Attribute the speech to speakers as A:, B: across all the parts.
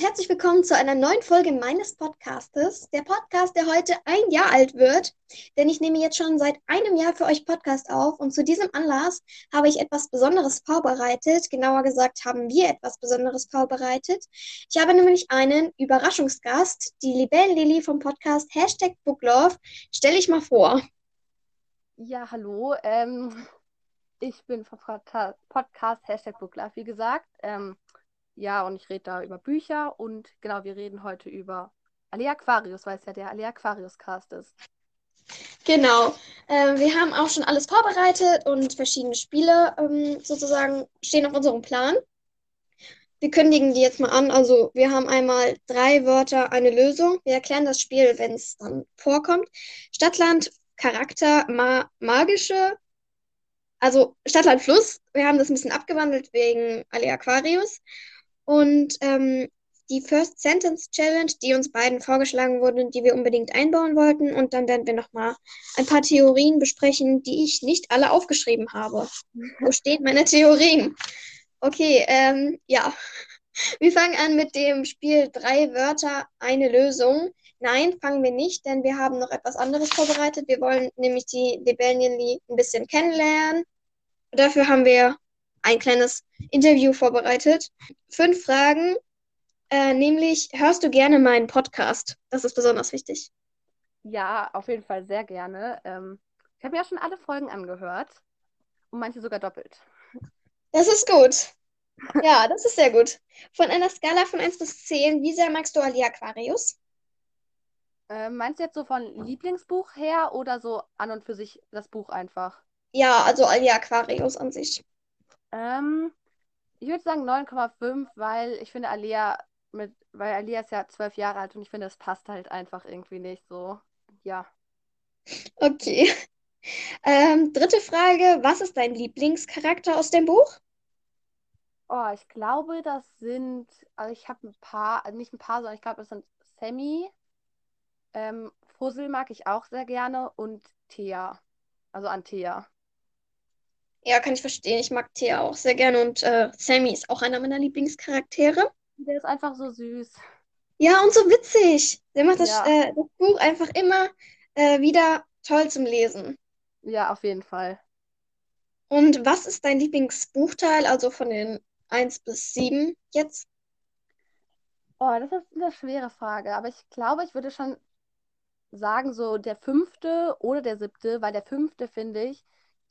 A: herzlich willkommen zu einer neuen Folge meines Podcastes. Der Podcast, der heute ein Jahr alt wird, denn ich nehme jetzt schon seit einem Jahr für euch Podcast auf und zu diesem Anlass habe ich etwas Besonderes vorbereitet. Genauer gesagt haben wir etwas Besonderes vorbereitet. Ich habe nämlich einen Überraschungsgast, die Libellenlili vom Podcast Hashtag Booklove. Stell dich mal vor.
B: Ja, hallo. Ähm, ich bin vom Podca- Podcast Hashtag BookLife, wie gesagt. Ähm, ja, und ich rede da über Bücher und genau, wir reden heute über Ali Aquarius, weil es ja der Ali Aquarius Cast ist.
A: Genau. Ähm, wir haben auch schon alles vorbereitet und verschiedene Spiele ähm, sozusagen stehen auf unserem Plan. Wir kündigen die jetzt mal an. Also wir haben einmal drei Wörter, eine Lösung. Wir erklären das Spiel, wenn es dann vorkommt. Stadtland, Charakter, ma magische. Also Stadtland, Fluss. Wir haben das ein bisschen abgewandelt wegen Ali Aquarius. Und ähm, die First Sentence Challenge, die uns beiden vorgeschlagen wurde, die wir unbedingt einbauen wollten. Und dann werden wir nochmal ein paar Theorien besprechen, die ich nicht alle aufgeschrieben habe. Wo stehen meine Theorien? Okay, ähm, ja. Wir fangen an mit dem Spiel Drei Wörter, eine Lösung. Nein, fangen wir nicht, denn wir haben noch etwas anderes vorbereitet. Wir wollen nämlich die Libellenli ein bisschen kennenlernen. Dafür haben wir ein kleines Interview vorbereitet. Fünf Fragen, äh, nämlich hörst du gerne meinen Podcast? Das ist besonders wichtig.
B: Ja, auf jeden Fall sehr gerne. Ähm, ich habe mir ja schon alle Folgen angehört und manche sogar doppelt.
A: Das ist gut. Ja, das ist sehr gut. Von einer Skala von 1 bis 10, wie sehr magst du Ali Aquarius?
B: Ähm, meinst du jetzt so von Lieblingsbuch her oder so an und für sich das Buch einfach?
A: Ja, also Ali Aquarius an sich.
B: Ähm, ich würde sagen 9,5, weil ich finde Alia mit, weil Alia ist ja zwölf Jahre alt und ich finde, es passt halt einfach irgendwie nicht so. Ja.
A: Okay. Ähm, dritte Frage, was ist dein Lieblingscharakter aus dem Buch?
B: Oh, ich glaube, das sind, also ich habe ein paar, also nicht ein paar, sondern ich glaube, das sind Sammy. Ähm, Fussel mag ich auch sehr gerne und Thea. Also an Thea.
A: Ja, kann ich verstehen. Ich mag Thea auch sehr gerne und äh, Sammy ist auch einer meiner Lieblingscharaktere.
B: Der ist einfach so süß.
A: Ja, und so witzig. Der macht das,
B: Ja.
A: äh, das Buch einfach immer äh, wieder toll zum Lesen.
B: Ja, auf jeden Fall.
A: Und was ist dein Lieblingsbuchteil, also von den 1 bis 7 jetzt?
B: Oh, das ist eine schwere Frage, aber ich glaube, ich würde schon sagen, so der fünfte oder der siebte, weil der fünfte finde ich,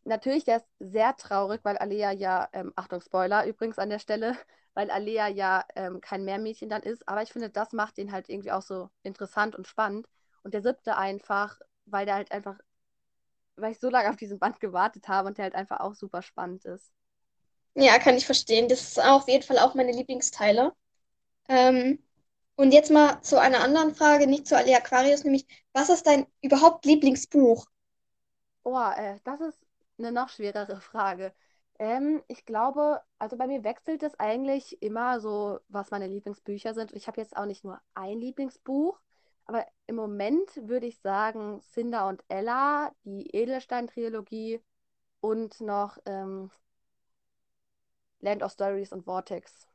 B: natürlich, der ist sehr traurig, weil Alea ja, ähm, Achtung, Spoiler übrigens an der Stelle, weil Alea ja ähm, kein Meermädchen dann ist, aber ich finde, das macht ihn halt irgendwie auch so interessant und spannend. Und der siebte einfach, weil der halt einfach, weil ich so lange auf diesen Band gewartet habe und der halt einfach auch super spannend ist.
A: Ja, kann ich verstehen. Das ist auf jeden Fall auch meine Lieblingsteile. Ähm, und jetzt mal zu einer anderen Frage, nicht zu Ali Aquarius, nämlich, was ist dein überhaupt Lieblingsbuch?
B: Oh, äh, das ist eine noch schwerere Frage. Ähm, ich glaube, also bei mir wechselt es eigentlich immer so, was meine Lieblingsbücher sind. Und ich habe jetzt auch nicht nur ein Lieblingsbuch, aber im Moment würde ich sagen, Cinder und Ella, die Edelstein-Trilogie und noch ähm, Land of Stories und Vortex.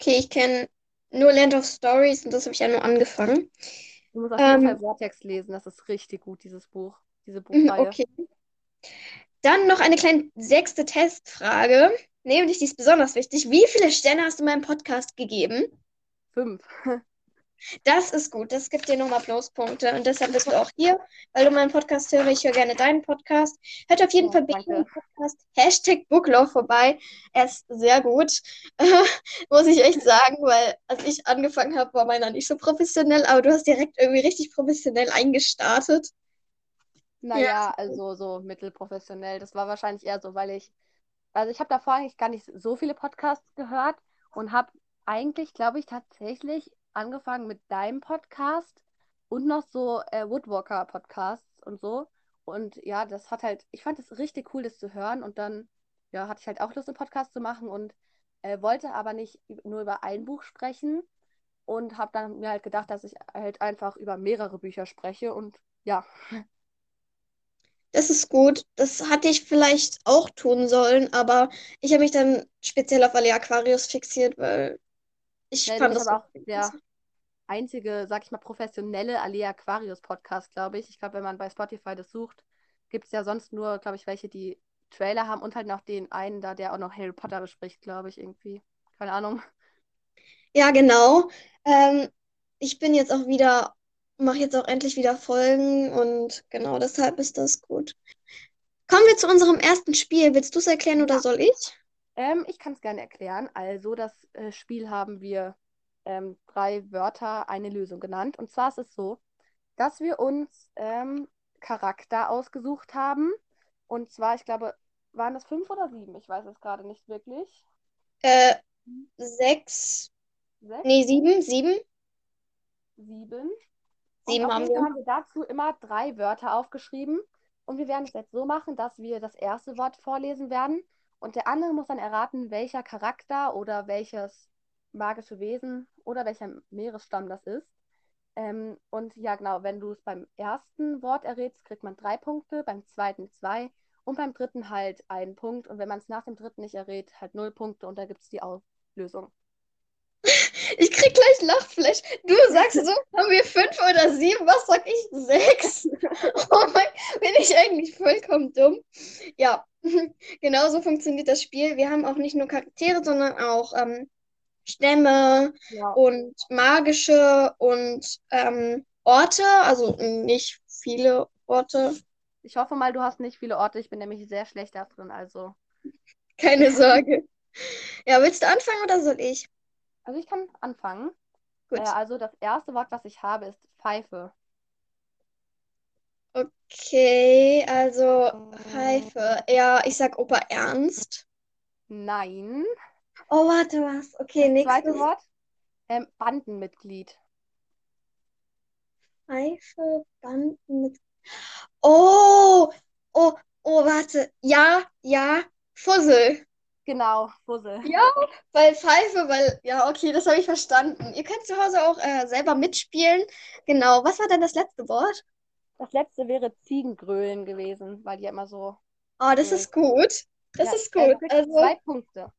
A: Okay, ich kenne nur Land of Stories und das habe ich ja nur angefangen.
B: Du musst auf jeden Fall
A: Ähm,
B: Vortex lesen, das ist richtig gut, dieses Buch, diese
A: mhm,
B: Buchreihe.
A: okay. Dann noch eine kleine sechste Testfrage, nämlich die ist besonders wichtig. Wie viele Sterne hast du meinem Podcast gegeben?
B: Fünf.
A: Das ist gut, das gibt dir nochmal Pluspunkte und deshalb bist du auch hier, weil du meinen Podcast höre. Ich höre gerne deinen Podcast. Hört auf jeden
B: Oh,
A: Fall bei
B: danke.
A: dem Podcast Hashtag Booklove vorbei. Er ist sehr gut, muss ich echt sagen, weil als ich angefangen habe, war meiner nicht so professionell, aber du hast direkt irgendwie richtig professionell eingestartet. Ja.
B: Naja, also so mittelprofessionell. Das war wahrscheinlich eher so, weil ich, also ich habe davor eigentlich gar nicht so viele Podcasts gehört und habe eigentlich, glaube ich, tatsächlich angefangen mit deinem Podcast und noch so äh, Woodwalker-Podcasts und so. Und ja, das hat halt, ich fand es richtig cool, das zu hören. Und dann, ja, hatte ich halt auch Lust, einen Podcast zu machen und äh, wollte aber nicht üb- nur über ein Buch sprechen und habe dann mir halt gedacht, dass ich halt einfach über mehrere Bücher spreche und ja.
A: Das ist gut. Das hatte ich vielleicht auch tun sollen, aber ich habe mich dann speziell auf Ali Aquarius fixiert, weil Ich
B: Ja, du
A: fand
B: bist
A: das
B: aber auch
A: gut.
B: sehr- einzige, sag ich mal, professionelle Ali Aquarius Podcast, glaube ich. Ich glaube, wenn man bei Spotify das sucht, gibt es ja sonst nur, glaube ich, welche, die Trailer haben und halt noch den einen da, der auch noch Harry Potter bespricht, glaube ich, irgendwie. Keine Ahnung.
A: Ja, genau. Ähm, ich bin jetzt auch wieder, mache jetzt auch endlich wieder Folgen und genau deshalb ist das gut. Kommen wir zu unserem ersten Spiel. Willst du es erklären oder soll ich?
B: Ähm, ich kann es gerne erklären. Also, das äh, Spiel haben wir ähm, drei Wörter, eine Lösung genannt. Und zwar ist es so, dass wir uns ähm, Charakter ausgesucht haben. Und zwar, ich glaube, waren das fünf oder sieben? Ich weiß es gerade nicht wirklich.
A: Äh, sechs,
B: Sechs?
A: nee, sieben, sieben,
B: Sieben. Und
A: sieben
B: auf
A: haben
B: jeden Fall
A: wir.
B: haben wir dazu immer drei Wörter aufgeschrieben. Und wir werden es jetzt so machen, dass wir das erste Wort vorlesen werden. Und der andere muss dann erraten, welcher Charakter oder welches magische Wesen oder welcher Meeresstamm das ist. Ähm, und ja, genau, wenn du es beim ersten Wort errätst, kriegt man drei Punkte, beim zweiten zwei und beim dritten halt einen Punkt. Und wenn man es nach dem dritten nicht errät, halt null Punkte und da gibt es die Auflösung.
A: Ich krieg gleich Lachflash. Du sagst so, haben wir fünf oder sieben? Was sag ich? Sechs? Oh mein, bin ich eigentlich vollkommen dumm? Ja, genau so funktioniert das Spiel. Wir haben auch nicht nur Charaktere, sondern auch ähm, Stämme
B: Ja.
A: und magische und ähm, Orte. Also nicht viele Orte.
B: Ich hoffe mal, du hast nicht viele Orte. Ich bin nämlich sehr schlecht da drin. Also,
A: Keine Sorge. Ja, willst du anfangen oder soll ich?
B: also ich kann anfangen. Äh,
A: Gut.
B: also das erste Wort, was ich habe, ist Pfeife.
A: Okay, also Pfeife. Ja, ich sag Opa Ernst.
B: Nein.
A: Oh, warte, was? Okay,
B: Zweite
A: nächstes.
B: Wort, ähm, Bandenmitglied.
A: Pfeife, Banden mit. Oh, oh, oh, warte. Ja, ja, Fussel.
B: Genau, Fussel.
A: Ja, weil Pfeife, weil. Ja, okay, das habe ich verstanden. Ihr könnt zu Hause auch äh, selber mitspielen. Genau. Was war denn das letzte Wort?
B: Das letzte wäre Ziegengrölen gewesen, weil die ja immer so.
A: Oh, das
B: Ja.
A: ist gut. Das
B: Ja,
A: ist
B: äh,
A: gut.
B: du kriegst
A: Also,
B: zwei Punkte.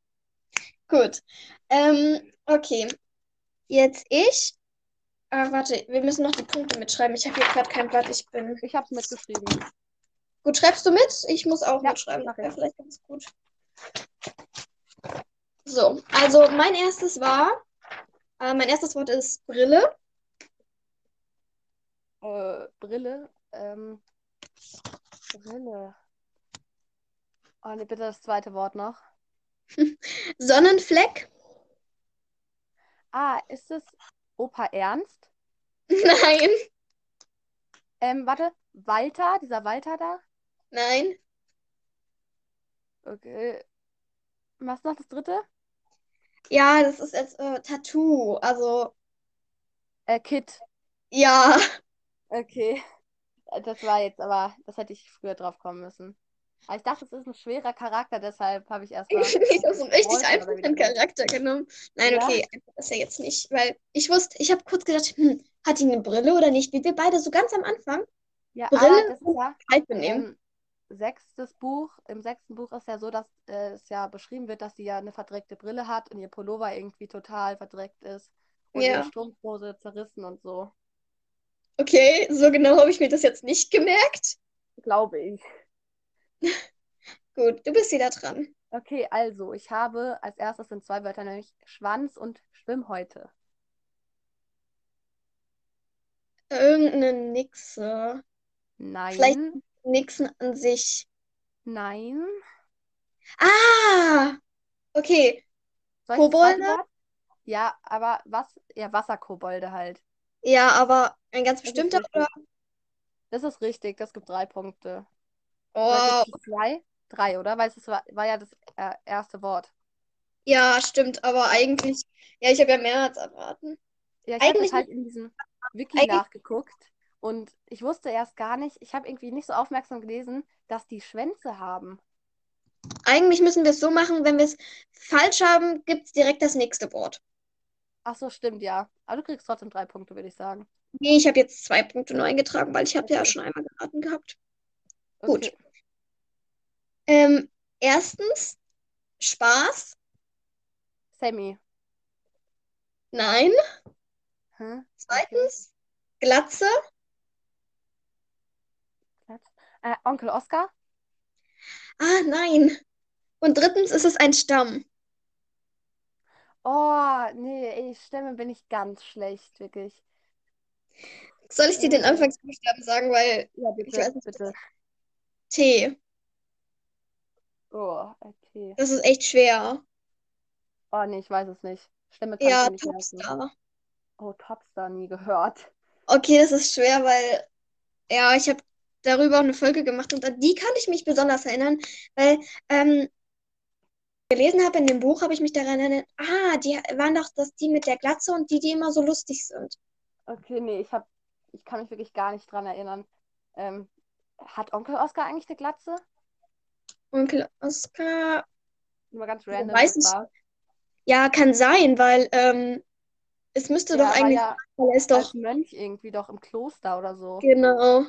A: gut. Ähm, okay. Jetzt ich. Ah, warte, wir müssen noch die Punkte mitschreiben. Ich habe hier gerade kein Blatt. Ich bin.
B: Ich habe es mitgeschrieben.
A: Gut, schreibst du mit? Ich muss auch
B: Ja,
A: mitschreiben. Das
B: mach
A: wäre
B: ich.
A: vielleicht ganz gut. So, also mein erstes war, äh, mein erstes Wort ist Brille.
B: Äh, Brille. Ähm, Brille. Oh nee, bitte das zweite Wort noch.
A: Sonnenfleck?
B: Ah, ist es Opa Ernst?
A: Nein,
B: Ähm, warte, Walter, dieser Walter da.
A: nein.
B: Okay. Was noch das dritte?
A: Ja, das ist jetzt äh, Tattoo. Also,
B: Äh, Kit.
A: ja.
B: Okay. Äh, Das war jetzt aber, das hätte ich früher drauf kommen müssen. Aber ich dachte, es ist ein schwerer Charakter, deshalb habe ich erstmal.
A: Ich habe so einen richtig
B: Wolf oder wie
A: einfachen
B: der heißt.
A: Charakter genommen. Nein,
B: Ja.
A: okay, einfach ist er jetzt nicht. Weil ich wusste, ich habe kurz gedacht, hm, hat die eine Brille oder nicht? Wie wir beide so ganz am Anfang
B: Ja, aber
A: Brille
B: das ist ja
A: kalt benehmen.
B: ähm, sechstes Buch. Im sechsten Buch ist ja so, dass äh, es ja beschrieben wird, dass sie ja eine verdreckte Brille hat und ihr Pullover irgendwie total verdreckt ist und ihre
A: Ja.
B: Strumpfhose zerrissen und so.
A: Okay, so genau habe ich mir das jetzt nicht gemerkt.
B: Glaube ich.
A: Gut, du bist wieder dran.
B: Okay, also, ich habe als erstes sind zwei Wörter, nämlich Schwanz und Schwimmhäute.
A: Irgendeine Nixe. Vielleicht
B: Nein,
A: Nixen an sich.
B: nein.
A: Ah! Okay,
B: Soll ich das zweite
A: Kobolde?
B: Wort? Ja, aber was? Ja, Wasserkobolde halt.
A: Ja, aber ein ganz
B: Das ist
A: bestimmter
B: richtig.
A: oder?
B: Das ist richtig, das gibt drei Punkte. Oder
A: Oh,
B: gibt es zwei? Drei, oder? Weil es war, war ja das äh, erste Wort.
A: ja, stimmt, aber eigentlich. Ja, ich habe ja mehr als erraten.
B: Ja, ich habe das
A: Eigentlich,
B: halt in diesem Wiki
A: eigentlich,
B: nachgeguckt und ich wusste erst gar nicht, ich habe irgendwie nicht so aufmerksam gelesen, dass die Schwänze haben.
A: eigentlich müssen wir es so machen, wenn wir es falsch haben, gibt es direkt das nächste Wort.
B: Ach so, stimmt, ja. Aber du kriegst trotzdem drei Punkte, würde ich sagen.
A: Nee, ich habe jetzt zwei Punkte nur eingetragen, weil ich habe ja
B: Okay,
A: schon einmal geraten gehabt. Gut.
B: okay.
A: Ähm, erstens, Spaß.
B: Sammy.
A: Nein.
B: Hm?
A: Zweitens, Glatze.
B: Äh, Onkel Oskar?
A: Ah, nein. Und drittens ist es ein Stamm.
B: Oh, nee, ey, Stämme bin ich ganz schlecht, wirklich.
A: Soll ich dir den
B: Äh.
A: Anfangsbuchstaben sagen, weil
B: Ja,
A: ich
B: bitte,
A: weiß nicht.
B: bitte.
A: T.
B: Oh, okay.
A: Das ist echt schwer.
B: Oh, nee, ich weiß es nicht. Stämme kann ich
A: Ja,
B: mir nicht merken.
A: Topstar.
B: Oh, Topstar nie gehört.
A: Okay, das ist schwer, weil, ja, ich habe darüber auch eine Folge gemacht und an die kann ich mich besonders erinnern, weil ähm, gelesen habe in dem Buch, habe ich mich daran erinnert, ah, die waren doch das die mit der Glatze und die, die immer so lustig sind.
B: Okay, nee, ich hab, ich kann mich wirklich gar nicht dran erinnern. Ähm, hat Onkel Oskar eigentlich eine Glatze?
A: Onkel Oskar,
B: Nur ganz
A: ja,
B: random
A: weiß ich,
B: gefragt.
A: ja, kann sein, weil ähm, es müsste doch
B: Ja, war
A: eigentlich,
B: ja
A: weil er ist
B: als
A: doch,
B: Mönch irgendwie doch im Kloster oder so.
A: genau,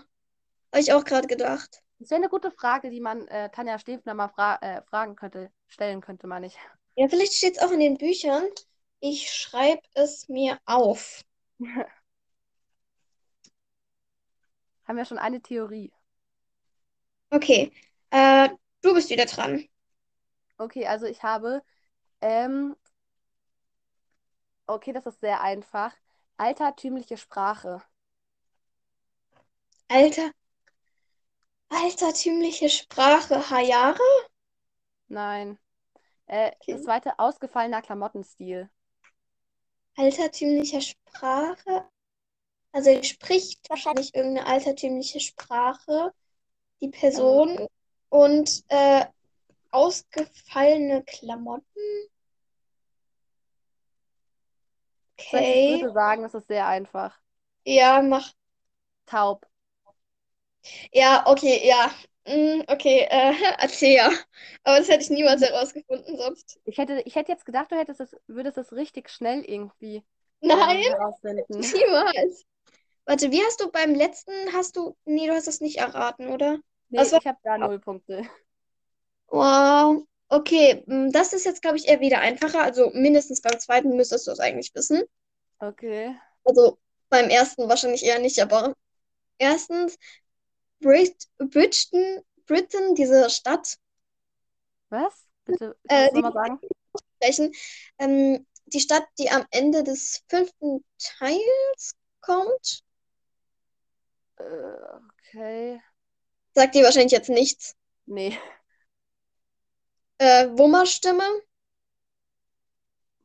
A: habe ich auch gerade gedacht.
B: Das wäre eine gute Frage, die man äh, Tanja Stäbner mal fra äh, fragen könnte, stellen könnte, meine ich.
A: Ja, vielleicht steht es auch in den Büchern. Ich schreibe es mir auf.
B: Haben wir schon eine Theorie.
A: Okay, äh, du bist wieder dran.
B: Okay, also ich habe, ähm, okay, das ist sehr einfach. Altertümliche Sprache.
A: Alter, altertümliche Sprache, Hayare?
B: Nein. Äh, das
A: Okay.
B: zweite, ausgefallener Klamottenstil.
A: Altertümlicher Sprache. Also er spricht wahrscheinlich irgendeine altertümliche Sprache, die
B: Ähm,
A: Person. Und äh, ausgefallene Klamotten.
B: soll ich die
A: Okay.
B: dritte sagen? Das ist sehr einfach.
A: Ja, mach.
B: Taub.
A: Ja, okay, ja. Mm, okay, äh, Acea. Aber das hätte ich niemals herausgefunden sonst.
B: Ich hätte, ich hätte jetzt gedacht, du hättest es, würdest es richtig schnell irgendwie ähm,
A: Nein,
B: herausfinden.
A: niemals. Warte, wie hast du beim letzten, hast du, nee, du hast es nicht erraten, oder?
B: Nee,
A: Was war?
B: ich habe da null Punkte.
A: Wow. Okay, mm, das ist jetzt, glaube ich, eher wieder einfacher. Also mindestens beim zweiten müsstest du es eigentlich wissen.
B: Okay.
A: Also beim ersten wahrscheinlich eher nicht, aber erstens, Brid- Bridgeton, Britain, diese Stadt,
B: Was? Bitte, kannst
A: äh,
B: du es
A: die
B: nochmal sagen?
A: sprechen, ähm, die Stadt, die am Ende des fünften Teils kommt,
B: Äh, okay.
A: sagt dir wahrscheinlich jetzt nichts.
B: Nee.
A: Äh, Wummerstimme?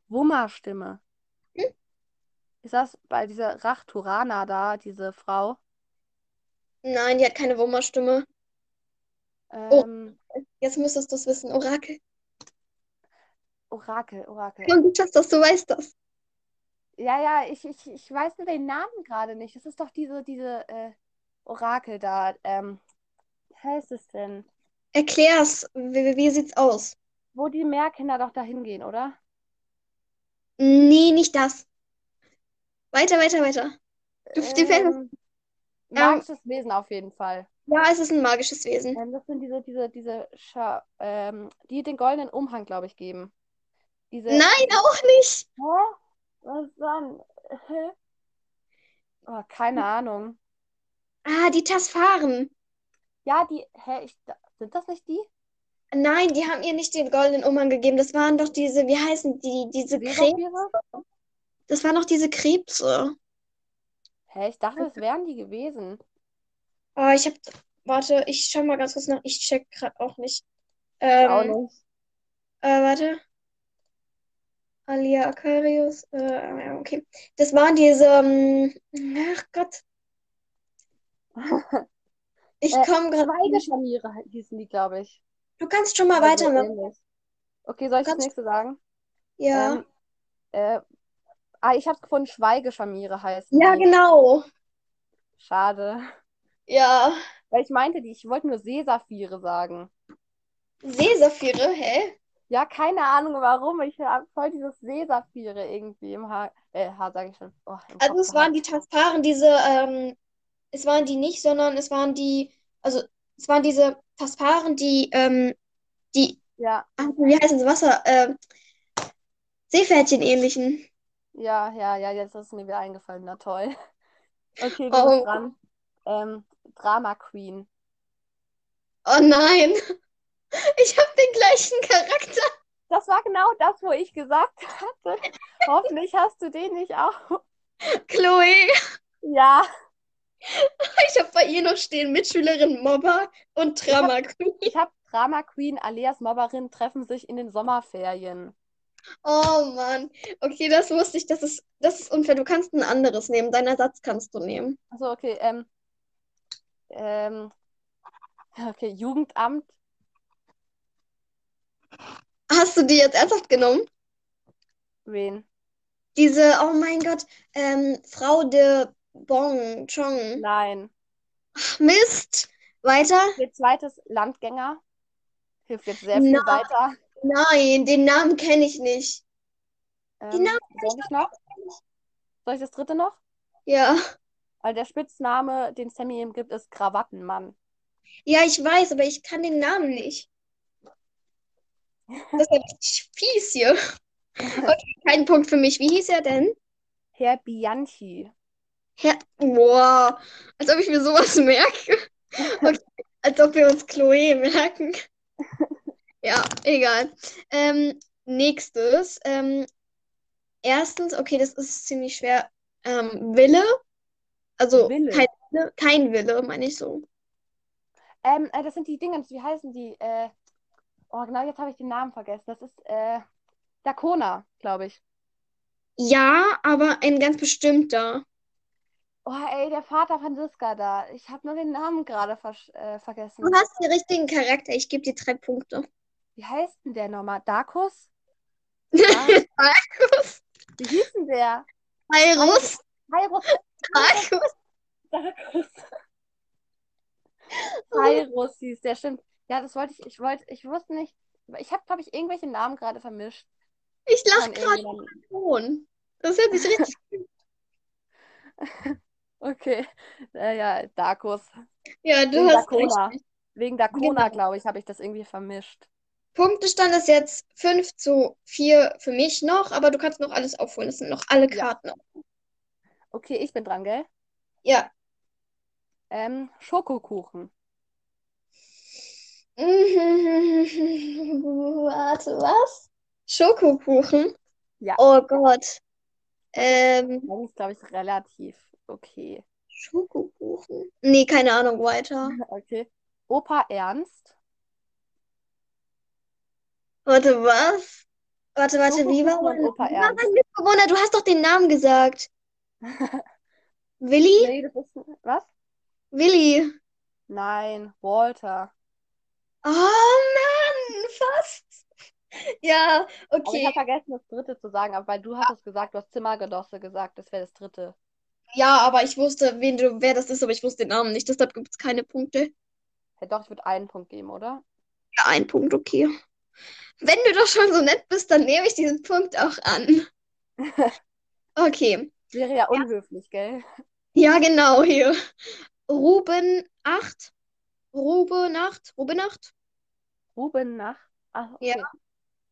B: Wummerstimme.
A: Hm?
B: Ist das bei dieser Rachturana da, diese Frau?
A: Nein, die hat keine Wummerstimme. Oh,
B: Ähm,
A: jetzt müsstest du es wissen, Orakel.
B: Orakel, Orakel.
A: Komm, du schaffst das, du weißt das.
B: Ja, ja, ich, ich, ich weiß nur den Namen gerade nicht. Das ist doch diese, diese äh, Orakel da. Ähm, wie heißt es denn?
A: Erklär's, wie, wie sieht's aus?
B: Wo die Meerkinder doch dahin gehen, oder?
A: Nee, nicht das. Weiter, weiter, weiter. Du, dir fällt was.
B: Ähm,
A: Ähm, Hm.
B: magisches Wesen auf jeden Fall.
A: ja, es ist ein magisches Wesen.
B: Ähm, das sind diese, diese, diese, Scha ähm, die den goldenen Umhang, glaube ich, geben. Diese,
A: Nein,
B: diese,
A: auch nicht.
B: hä? Was dann? Hä? Oh, keine Ahnung.
A: Ah, die Tasfaren.
B: Ja, die, hä, ich, da- sind das nicht die?
A: Nein, die haben ihr nicht den goldenen Umhang gegeben. Das waren doch diese, wie heißen die, diese Krebs.
B: Seevampire?
A: Das waren doch diese Krebse.
B: Hä, ich dachte, das wären die gewesen.
A: Ah, ich hab. Warte, ich schau mal ganz kurz nach. Ich check gerade auch nicht.
B: Ich auch
A: Ähm,
B: nicht.
A: äh, warte. Alia Aquarius. Äh, ja, okay. Das waren diese. Ähm, ach Gott. Ich
B: Äh,
A: komme gerade nicht.
B: Schweigepaniere hießen die, glaube ich.
A: Du kannst schon mal ne?
B: Oder so
A: weitermachen.
B: ähnlich. Okay,
A: Du
B: soll ich das
A: kannst.
B: nächste sagen?
A: Ja.
B: Ähm, äh, ah, ich hab's gefunden, Schweigescharniere heißen
A: Ja,
B: die.
A: genau.
B: Schade.
A: Ja.
B: Weil ich meinte die, ich wollte nur Seesaphire sagen.
A: Seesaphire, hä?
B: Ja, keine Ahnung warum. Ich habe voll dieses Seesaphire irgendwie im Haar, äh, Haar sage ich schon, oh, im
A: Also
B: Kopf
A: es waren
B: gehabt.
A: die Tasparen, diese, ähm, es waren die nicht, sondern es waren die, also es waren diese Tasparen, die, ähm, die,
B: Ja,
A: ach, wie heißen sie, Wasser, äh, Seepferdchen ähnlichen.
B: Ja, ja, ja, jetzt ist es mir wieder eingefallen. Na toll. Okay, du
A: Oh.
B: bist dran. Ähm, Drama Queen.
A: Oh nein, ich habe den gleichen Charakter.
B: Das war genau das, wo ich gesagt hatte. Hoffentlich hast du den nicht auch.
A: Chloe,
B: Ja,
A: ich habe bei ihr noch stehen Mitschülerin Mobber und Drama Queen.
B: ich habe Drama Queen alias Mobberin treffen sich in den Sommerferien.
A: Oh Mann. Okay, das wusste ich. Das ist, das ist unfair. Du kannst ein anderes nehmen. Deinen Ersatz kannst du nehmen.
B: Achso, okay. Ähm, ähm, okay, Jugendamt.
A: Hast du die jetzt ernsthaft genommen?
B: Wen?
A: Diese, oh mein Gott, ähm, Frau de Bong Chong.
B: Nein.
A: Mist. Weiter?
B: Ihr zweites Landgänger. Hilft jetzt sehr viel
A: Na.
B: weiter.
A: Nein, den Namen kenne ich nicht.
B: Ähm,
A: Genau,
B: soll ich noch? Soll ich das dritte noch?
A: Ja.
B: Also der Spitzname, den Sammy ihm gibt, ist Krawattenmann.
A: Ja, ich weiß, aber ich kann den Namen nicht. Das ist ja richtig fies hier. Okay, kein Punkt für mich. Wie hieß er denn?
B: Herr Bianchi.
A: Herr. Boah, als ob ich mir sowas merke. Okay, als ob wir uns Chloe merken. Ja, egal. Ähm, nächstes. Ähm, erstens, okay, das ist ziemlich schwer. Ähm, Wille. Also
B: Wille.
A: kein Wille, kein Wille, meine ich so.
B: Ähm, äh, das sind die Dingens, wie heißen die? Äh, oh, genau, jetzt habe ich den Namen vergessen. Das ist äh, Dakona, glaube ich.
A: Ja, aber ein ganz bestimmter.
B: Oh, ey, der Vater Franziska da. Ich habe nur den Namen gerade versch- äh, vergessen.
A: Du hast den richtigen Charakter. Ich gebe dir drei Punkte.
B: Wie heißt denn der nochmal? Darkus?
A: Markus,
B: Wie hieß denn der?
A: Cyrus,
B: Cyrus.
A: Markus.
B: Darkus. Cyrus hieß der, stimmt. Ja, das wollte ich, ich wollte, ich wusste nicht. Ich habe, glaube ich, irgendwelche Namen gerade vermischt.
A: Ich lache
B: Von
A: gerade
B: irgendjemandem.
A: schon. Das hört sich richtig.
B: Okay, äh, ja, Darkus.
A: Ja, du
B: Wegen
A: hast
B: Dakona.
A: recht.
B: Wegen Dakona,
A: Genau.
B: glaube ich, habe ich das irgendwie vermischt.
A: Punktestand ist jetzt 5 zu 4 für mich noch, aber du kannst noch alles aufholen. Es sind noch alle
B: Ja.
A: Karten.
B: Okay, ich bin dran, gell?
A: Ja.
B: Ähm, Schokokuchen.
A: Warte, was? Schokokuchen?
B: Ja.
A: Oh Gott. Ähm,
B: Das ist, glaube ich, relativ okay.
A: Schokokuchen? Nee, keine Ahnung, weiter.
B: Okay. Opa Ernst.
A: Warte, was? Warte, warte, wie war
B: Schokokuchen und Opa
A: wie war
B: Ernst.
A: mein Mitbewohner? Du hast doch den Namen gesagt. Willi?
B: Nee, das ist. Was?
A: Willi.
B: Nein, Walter.
A: Oh Mann, fast. Ja,
B: Aber ich
A: okay.
B: habe vergessen, das dritte zu sagen, aber weil du hast es gesagt, du hast Zimmergenosse gesagt, das wäre das dritte.
A: Ja, aber ich wusste, wen du, wer das ist, aber ich wusste den Namen nicht. Deshalb gibt es keine Punkte.
B: Ja, doch, ich würde einen Punkt geben, oder?
A: Ja, ein Punkt, okay. Wenn du doch schon so nett bist, dann nehme ich diesen Punkt auch an. Okay.
B: Wäre ja unhöflich, gell?
A: Ja, genau, hier. Ruben 8. Rube Nacht. Rube Nacht.
B: Ruben nach. Ach,
A: Ja.
B: okay.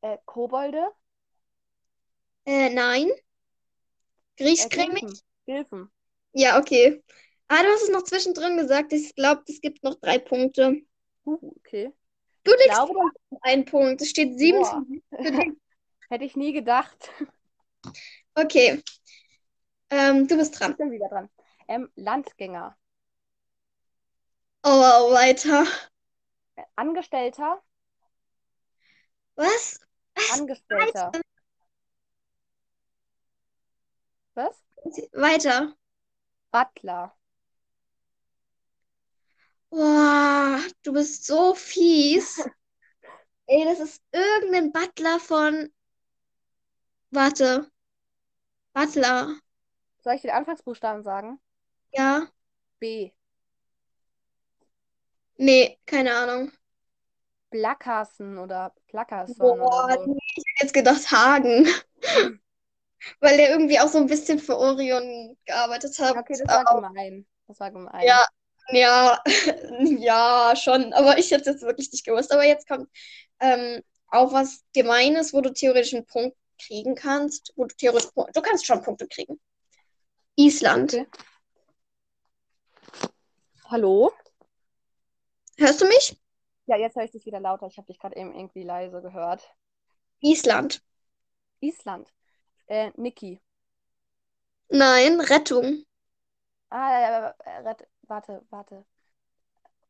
B: Äh, Kobolde?
A: Äh, nein.
B: Äh,
A: Griechcremig.
B: Gilfen. Gilfen.
A: Ja, okay. Ah, du hast es noch zwischendrin gesagt. Ich glaube, es gibt noch drei Punkte.
B: Uh, okay.
A: Du
B: Ich
A: legst
B: glaube, das
A: einen Punkt. Es steht sieben
B: Boah.
A: zu für dich.
B: hätte ich nie gedacht.
A: Okay. Ähm, du bist dran.
B: Ich bin wieder dran. Ähm, Landgänger.
A: Oh, weiter.
B: Äh, Angestellter.
A: Was?
B: Angestellter. Was?
A: Weiter.
B: Butler.
A: Boah, du bist so fies. Ey, das ist irgendein Butler von. Warte. Butler.
B: Soll ich den Anfangsbuchstaben sagen?
A: Ja?
B: B.
A: Nee, keine Ahnung.
B: Blackerson oder Plackerson
A: Boah,
B: oder so.
A: nee, ich hätte jetzt gedacht Hagen. Weil der irgendwie auch so ein bisschen für Orion gearbeitet hat.
B: Ja, Okay, das war gemein. Das war gemein.
A: Ja, ja, ja, schon. Aber ich hätte es jetzt wirklich nicht gewusst. Aber jetzt kommt ähm, auch was Gemeines, wo du theoretisch einen Punkt kriegen kannst. Gut, theoretisch, du kannst schon Punkte kriegen. Island.
B: Okay. Hallo?
A: Hörst du mich?
B: Ja, jetzt höre ich dich wieder lauter. Ich habe dich gerade eben irgendwie leise gehört.
A: Island.
B: Island. Äh, Niki.
A: Nein, Rettung.
B: Ah, äh, äh, Rett warte, warte.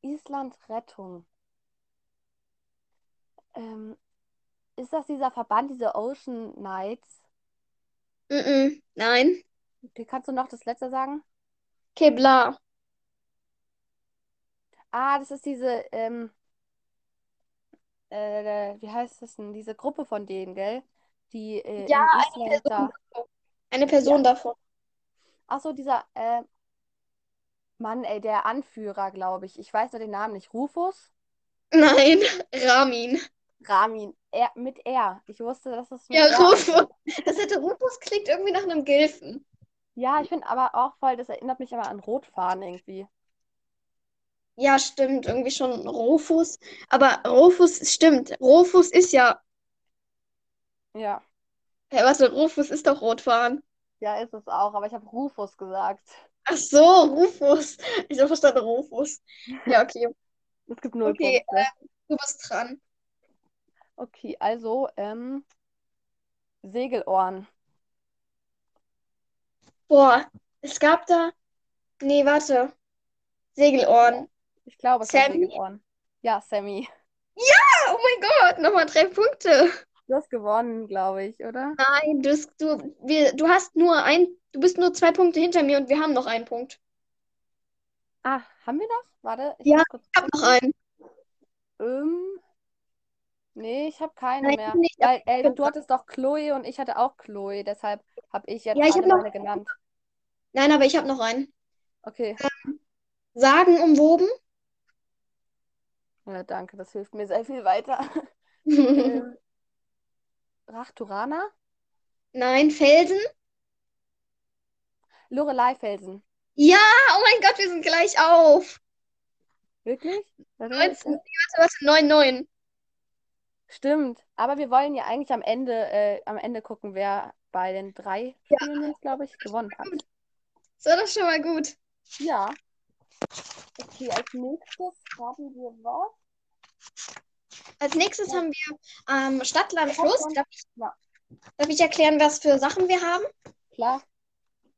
B: Island Rettung. Ähm, ist das dieser Verband, diese Ocean Knights?
A: Mm-mm, nein.
B: Okay, kannst du noch das letzte sagen?
A: Kebla.
B: Ah, das ist diese, ähm, äh, wie heißt das denn? Diese Gruppe von denen, gell? Die äh,
A: Ja,
B: in Island da.
A: Eine Person davon.
B: Ach so, dieser, äh, Mann, ey, der Anführer, glaube ich. Ich weiß nur den Namen nicht. Rufus?
A: Nein, Ramin.
B: Ramin. Er, mit R. Ich wusste, dass es mit
A: Ja,
B: R
A: Rufus. Das hätte Rufus klingt irgendwie nach einem Gilfen.
B: Ja, ich finde aber auch voll, das erinnert mich aber an Rotfahren irgendwie.
A: Ja, stimmt, irgendwie schon Rufus. Aber Rufus, stimmt. Rufus ist ja.
B: Ja,
A: Hey, was denn? Rufus ist doch Rotfahren.
B: ja, ist es auch, aber ich habe Rufus gesagt.
A: Ach so, Rufus. Ich habe verstanden, Rufus. Ja, okay.
B: Es gibt null
A: Okay, äh,
B: Punkte.
A: Du bist dran.
B: Okay, also, ähm, Segelohren.
A: Boah, es gab da. Nee, warte. Segelohren.
B: Ich glaube, es war
A: Sammy?
B: Segelohren. Ja, Sammy.
A: Ah, Oh mein Gott, nochmal drei Punkte.
B: Du hast gewonnen, glaube ich, oder?
A: Nein, du, bist- du, wir, du hast nur ein. Du bist nur zwei Punkte hinter mir und wir haben noch einen Punkt.
B: Ah, haben wir noch? Warte, ich
A: Ja.
B: muss kurz
A: Ich habe noch einen.
B: Ähm, nee, ich habe keine
A: Nein,
B: mehr.
A: nicht.
B: Weil, ey, du hattest doch Chloe und ich hatte auch Chloe, deshalb habe ich jetzt
A: Ja, ich hab
B: alle
A: noch-
B: meine genannt.
A: Nein, aber ich habe noch einen.
B: Okay,
A: Sagenumwoben.
B: ja, danke, das hilft mir sehr viel weiter.
A: Mhm.
B: Ähm, Rachturana?
A: Nein, Felsen.
B: Lorelei-Felsen.
A: Ja, oh mein Gott, wir sind gleich auf.
B: Wirklich? Warte,
A: 19, nee, warte, warte, 9, 9.
B: Stimmt, aber wir wollen ja eigentlich am Ende, äh, am Ende gucken, wer bei den drei Spielen, jetzt, glaube ich, gewonnen hat.
A: So, das ist schon mal gut.
B: Ja. Okay, als nächstes haben wir was?
A: Als nächstes haben wir ähm, Stadt, Land,
B: Ja,
A: Fluss.
B: schon.
A: Darf ich,
B: Ja.
A: darf ich erklären, was für Sachen wir haben?
B: Klar.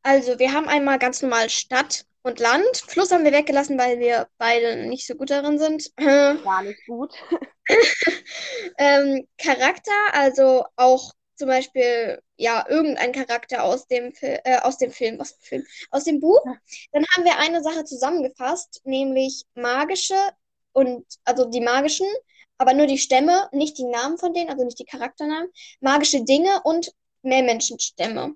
A: Also, wir haben einmal ganz normal Stadt und Land. Fluss haben wir weggelassen, weil wir beide nicht so gut darin sind.
B: Gar nicht gut.
A: Ähm, Charakter, also auch zum Beispiel, ja, irgendein Charakter aus dem, Fil äh, aus dem Film, aus dem Film, aus dem Buch. Dann haben wir eine Sache zusammengefasst, nämlich magische und, also die magischen, aber nur die Stämme, nicht die Namen von denen, also nicht die Charakternamen, magische Dinge und Meermenschenstämme.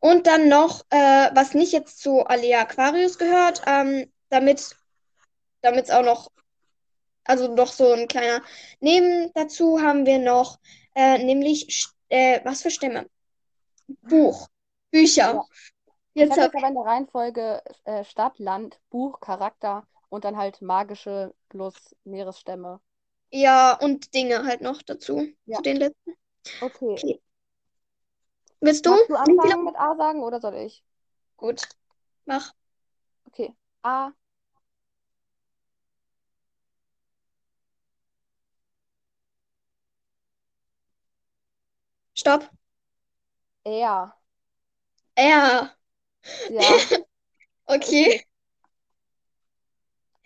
A: Und dann noch, äh, was nicht jetzt zu Alea Aquarius gehört, ähm, damit damit es auch noch, also noch so ein kleiner. Neben dazu haben wir noch, äh, nämlich, Sch- äh, was für Stämme? Buch, Bücher.
B: Ich
A: Jetzt
B: habe
A: hab,
B: jetzt aber in der Reihenfolge äh, Stadt, Land, Buch, Charakter und dann halt magische plus Meeresstämme.
A: ja, und Dinge halt noch dazu.
B: Ja.
A: Zu den letzten.
B: Okay.
A: Willst du?
B: Magst du anfangen mit A sagen oder soll ich?
A: Gut, mach.
B: Okay. A.
A: Stopp.
B: R.
A: Ja,
B: Ja.
A: okay.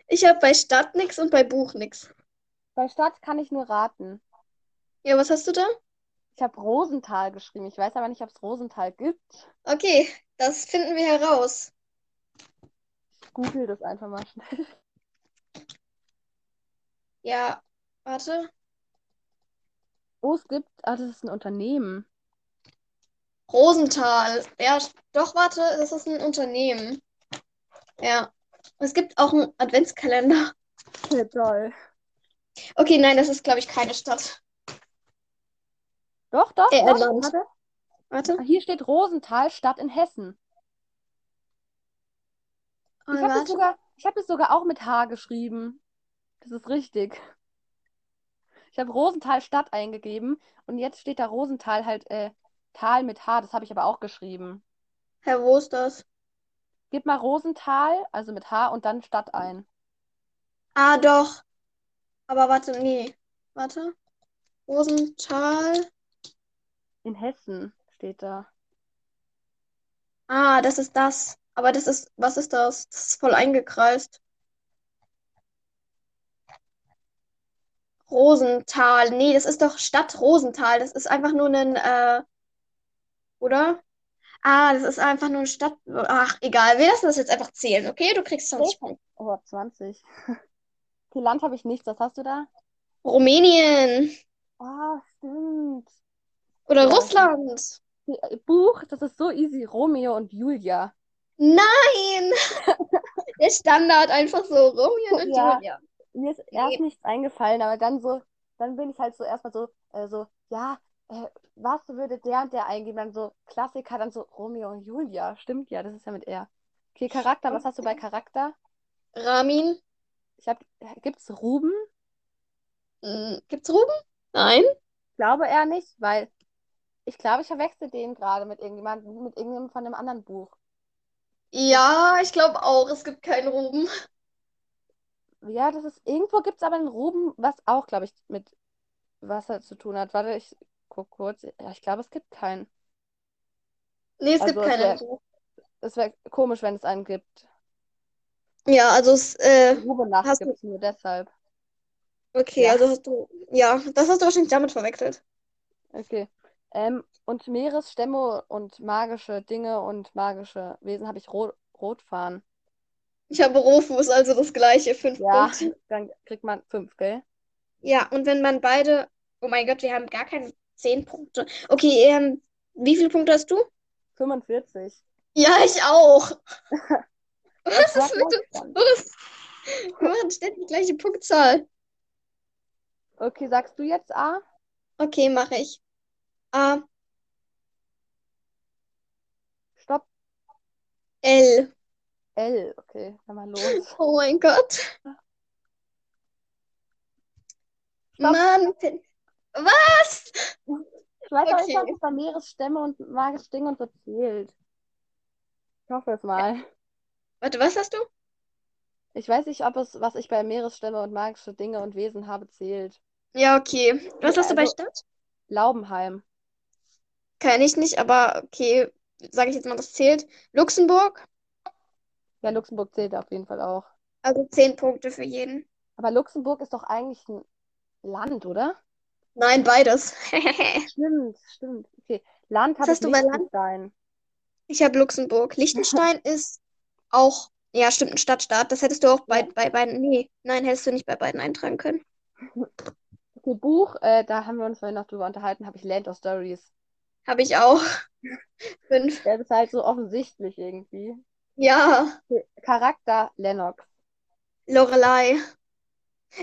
A: Ich habe bei Stadt nix und bei Buch nix.
B: Bei Stadt kann ich nur raten.
A: Ja, was hast du da?
B: Ich habe Rosenthal geschrieben. Ich weiß aber nicht, ob es Rosenthal gibt.
A: Okay, das finden wir heraus.
B: Ich google das einfach mal schnell.
A: Ja, warte.
B: Oh, es gibt. Ah, das ist ein Unternehmen.
A: Rosenthal. Ja, doch, warte, das ist ein Unternehmen. Ja. Es gibt auch einen Adventskalender.
B: Ja, toll.
A: Okay, nein, das ist, glaube ich, keine Stadt.
B: Doch, doch.
A: Äh,
B: doch.
A: Land.
B: Warte.
A: Warte.
B: Ah, Hier steht Rosenthal, Stadt in Hessen. Ich habe das,
A: warte.
B: sogar- ich hab das sogar auch mit H geschrieben. Das ist richtig. Ich habe Rosenthal Stadt eingegeben und jetzt steht da Rosenthal halt äh, Tal mit H. Das habe ich aber auch geschrieben.
A: Hä, wo ist das?
B: Gib mal Rosenthal, also mit H und dann Stadt ein.
A: Ah, doch. Aber warte, nee. Warte. Rosenthal.
B: In Hessen steht da.
A: Ah, das ist das. Aber das ist, was ist das? Das ist voll eingekreist. Rosenthal. Nee, das ist doch Stadt Rosenthal. Das ist einfach nur ein, äh, oder? Ah, das ist einfach nur ein Stadt. Ach, egal. Wir lassen das jetzt einfach zählen, okay? Du kriegst 20 Punkte.
B: Oh, 20. Für Land habe ich nichts. Was hast du da?
A: Rumänien
B: Ah, stimmt.
A: oder
B: Ja.
A: Russland.
B: Buch, das ist so easy. Romeo und Julia.
A: Nein! Der Standard einfach so. Romeo und
B: Ja.
A: Julia.
B: Mir ist erst nichts eingefallen, aber dann so, dann bin ich halt so erstmal so, äh, so, ja, äh, was würde der und der eingeben? Dann so Klassiker, dann so Romeo und Julia. Stimmt ja, das ist ja mit R. Okay, Charakter, was hast du bei Charakter?
A: Ramin.
B: Ich hab, äh, gibt's Ruben?
A: Hm, Gibt's Ruben? Nein.
B: Ich glaube eher nicht, weil ich glaube, ich verwechsel den gerade mit irgendjemandem, mit irgendjemandem von einem anderen Buch.
A: Ja, ich glaube auch. Es gibt keinen Ruben.
B: Ja, das ist, irgendwo gibt's aber einen Ruben, was auch, glaube ich, mit Wasser zu tun hat. Warte, ich guck kurz. Ja, ich glaube, es gibt keinen.
A: Nee, es
B: Also,
A: gibt
B: es
A: keinen
B: wär-
A: Ruben.
B: Es wäre komisch, wenn es einen gibt.
A: Ja, also es, äh,
B: Rubenacht
A: hast du-
B: gibt es nur deshalb.
A: okay,
B: Ja.
A: also hast du, ja, das hast du wahrscheinlich damit verwechselt.
B: Okay. Ähm, und Meeresstämme und magische Dinge und magische Wesen habe ich Ro Rotfahren.
A: Ich habe Rufus, also das gleiche, fünf
B: Ja,
A: Punkte.
B: dann kriegt man fünf, gell?
A: Ja, und wenn man beide, oh mein Gott, wir haben gar keine zehn Punkte. Okay, ähm, wie viele Punkte hast du?
B: 45.
A: Ja, ich auch. Was
B: Sag
A: ist
B: mal
A: mit uns
B: dann.
A: los? Wir machen ständig die gleiche Punktzahl.
B: Okay, sagst du jetzt A?
A: Okay, mache ich. A,
B: Stopp.
A: L.
B: L. Okay, dann mal los.
A: Oh mein Gott. Mann, Pin- was?
B: Ich weiß auch nicht,
A: Okay.
B: ob es bei Meeresstämme und magische Dinge und so zählt. Ich hoffe es mal.
A: Warte, was hast du?
B: Ich weiß nicht, ob es, was ich bei Meeresstämme und magische Dinge und Wesen habe, zählt.
A: Ja, okay. Was
B: Ja,
A: hast du bei
B: also-
A: Stadt?
B: Laubenheim.
A: Kann ich nicht, aber okay, sage ich jetzt mal, das zählt. Luxemburg,
B: Ja, Luxemburg zählt auf jeden Fall auch.
A: also zehn Punkte für jeden.
B: Aber Luxemburg ist doch eigentlich ein Land, oder?
A: Nein, beides.
B: Stimmt, stimmt. Okay, Land
A: Was
B: habe ich
A: hast du bei Land?
B: Liechtenstein.
A: Ich habe Luxemburg. Liechtenstein ist auch, ja, stimmt, ein Stadtstaat. Das hättest du auch bei,
B: Ja.
A: bei beiden, nee, nein, hättest du nicht bei beiden eintragen können.
B: Okay, Buch, äh, da haben wir uns vorhin noch drüber unterhalten, habe ich Land of Stories.
A: Habe ich auch. Fünf.
B: Der ist halt so offensichtlich irgendwie.
A: Ja,
B: Okay, Charakter Lennox.
A: Lorelei.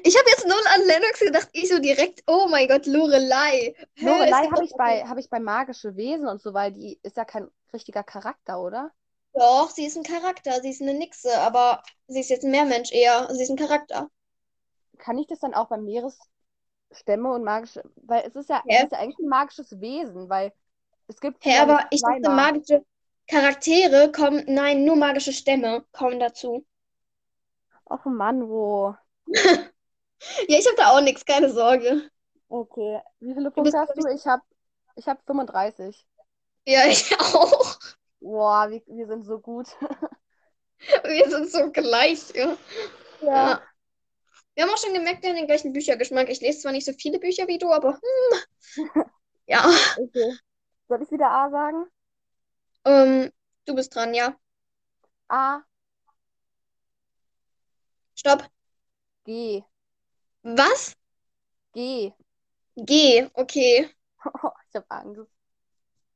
A: Ich habe jetzt null an Lennox gedacht. Ich so direkt, oh mein Gott, Lorelei. Hä, es
B: Lorelei
A: gibt
B: habe ich
A: doch-
B: bei, habe ich bei magische Wesen und so, weil die ist ja kein richtiger Charakter, oder?
A: Doch, sie ist ein Charakter, sie ist eine Nixe, aber sie ist jetzt ein Meermensch eher. Sie ist ein Charakter.
B: Kann ich das dann auch bei Meeresstämme und magische, weil es ist ja,
A: Hä?
B: es ist ja eigentlich ein magisches Wesen, weil es gibt
A: Hä,
B: ja
A: aber
B: nicht
A: ich dachte,
B: zweimal.
A: magische Charaktere kommen, nein, nur magische Stämme kommen dazu.
B: Och Mann, wo.
A: Ja, ich habe da auch nichts, keine Sorge.
B: Okay. Wie viele
A: bist,
B: Punkte hast du? Ich habe ich hab 35.
A: Ja, ich auch.
B: Boah, wir, wir sind so gut.
A: Wir sind so gleich. Ja. Ja. Wir haben auch schon gemerkt, wir haben den gleichen Büchergeschmack. Ich lese zwar nicht so viele Bücher wie du, aber hm. Ja.
B: Okay. Soll ich wieder A sagen?
A: Ähm, du bist dran, ja.
B: A,
A: Stopp.
B: G,
A: Was?
B: G.
A: G. Okay.
B: Oh, ich habe Angst.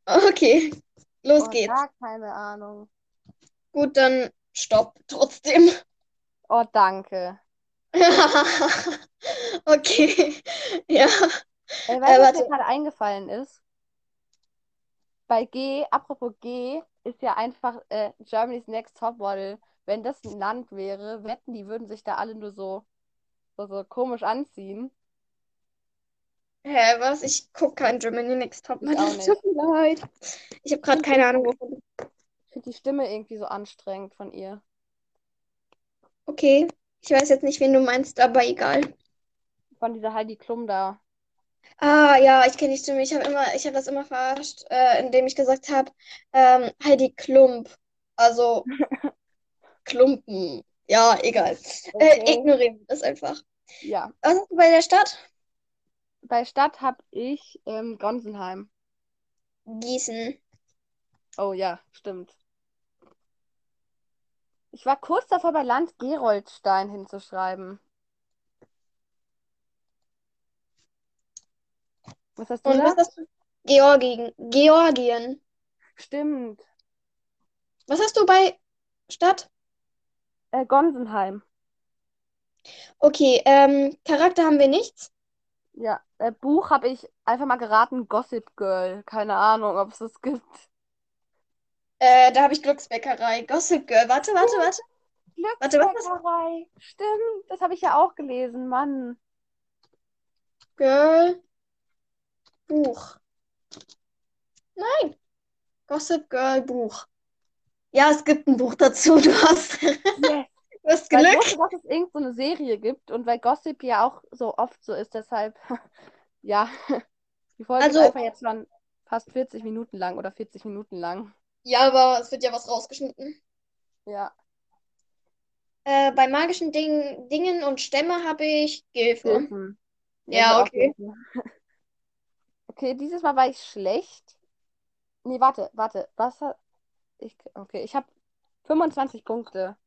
A: Okay. Los
B: Oh,
A: geht's.
B: gar keine Ahnung.
A: Gut, dann stopp. Trotzdem.
B: Oh, danke.
A: Okay. Ja. Äh,
B: Ey, weißt du, was
A: warte.
B: mir gerade eingefallen ist? Bei G, apropos G, ist ja einfach äh, Germany's Next Topmodel. Wenn das ein Land wäre, wetten, die würden sich da alle nur so, so, so komisch anziehen.
A: Hä, was? Ich gucke kein Germany Next Top
B: Ich
A: Model.
B: auch nicht.
A: Tut mir leid. Ich habe gerade keine Ahnung, wovon.
B: Ich finde die Stimme irgendwie so anstrengend von ihr.
A: Okay. Ich weiß jetzt nicht, wen du meinst, aber egal.
B: Von dieser Heidi Klum da.
A: Ah, ja, ich kenne die Stimme. Ich habe immer, ich habe das immer verarscht, äh, indem ich gesagt habe, ähm, Heidi Klump. Also Klumpen. Ja, egal. Äh,
B: Okay.
A: ignorieren wir das einfach.
B: Ja.
A: Was hast du bei der Stadt?
B: Bei Stadt habe ich ähm, Gonsenheim.
A: Gießen.
B: Oh ja, stimmt. Ich war kurz davor, bei Land Geroldstein hinzuschreiben. Was hast du
A: Und
B: da?
A: was hast du? Georgien. Georgien.
B: Stimmt.
A: Was hast du bei Stadt?
B: Äh, Gonsenheim.
A: Okay, ähm, Charakter haben wir nichts.
B: Ja. Äh, Buch habe ich einfach mal geraten, Gossip Girl. Keine Ahnung, ob es das gibt.
A: Äh, da habe ich Glücksbäckerei. Gossip Girl. Warte, warte, warte. Warte, was ist-
B: Glücksbäckerei. Stimmt, das habe ich ja auch gelesen, Mann.
A: Girl. Buch. Nein. Gossip Girl Buch. Ja, es gibt ein Buch dazu. Du hast, du
B: Yes.
A: hast
B: Weil ich
A: Glück.
B: wusste, dass es irgend so eine Serie gibt und weil Gossip ja auch so oft so ist, deshalb, ja. Die Folge
A: Also-
B: ist einfach jetzt schon fast 40 Minuten lang oder 40 Minuten lang.
A: Ja, aber es wird ja was rausgeschnitten.
B: Ja.
A: Äh, bei magischen Ding, Dingen und Stämme habe ich Gilfe.
B: Hilfen.
A: Ja,
B: ich
A: okay.
B: will auch Hilfen. Okay, dieses Mal war ich schlecht. Nee, warte, warte. Was hat. Ich, okay, ich habe 25 Punkte.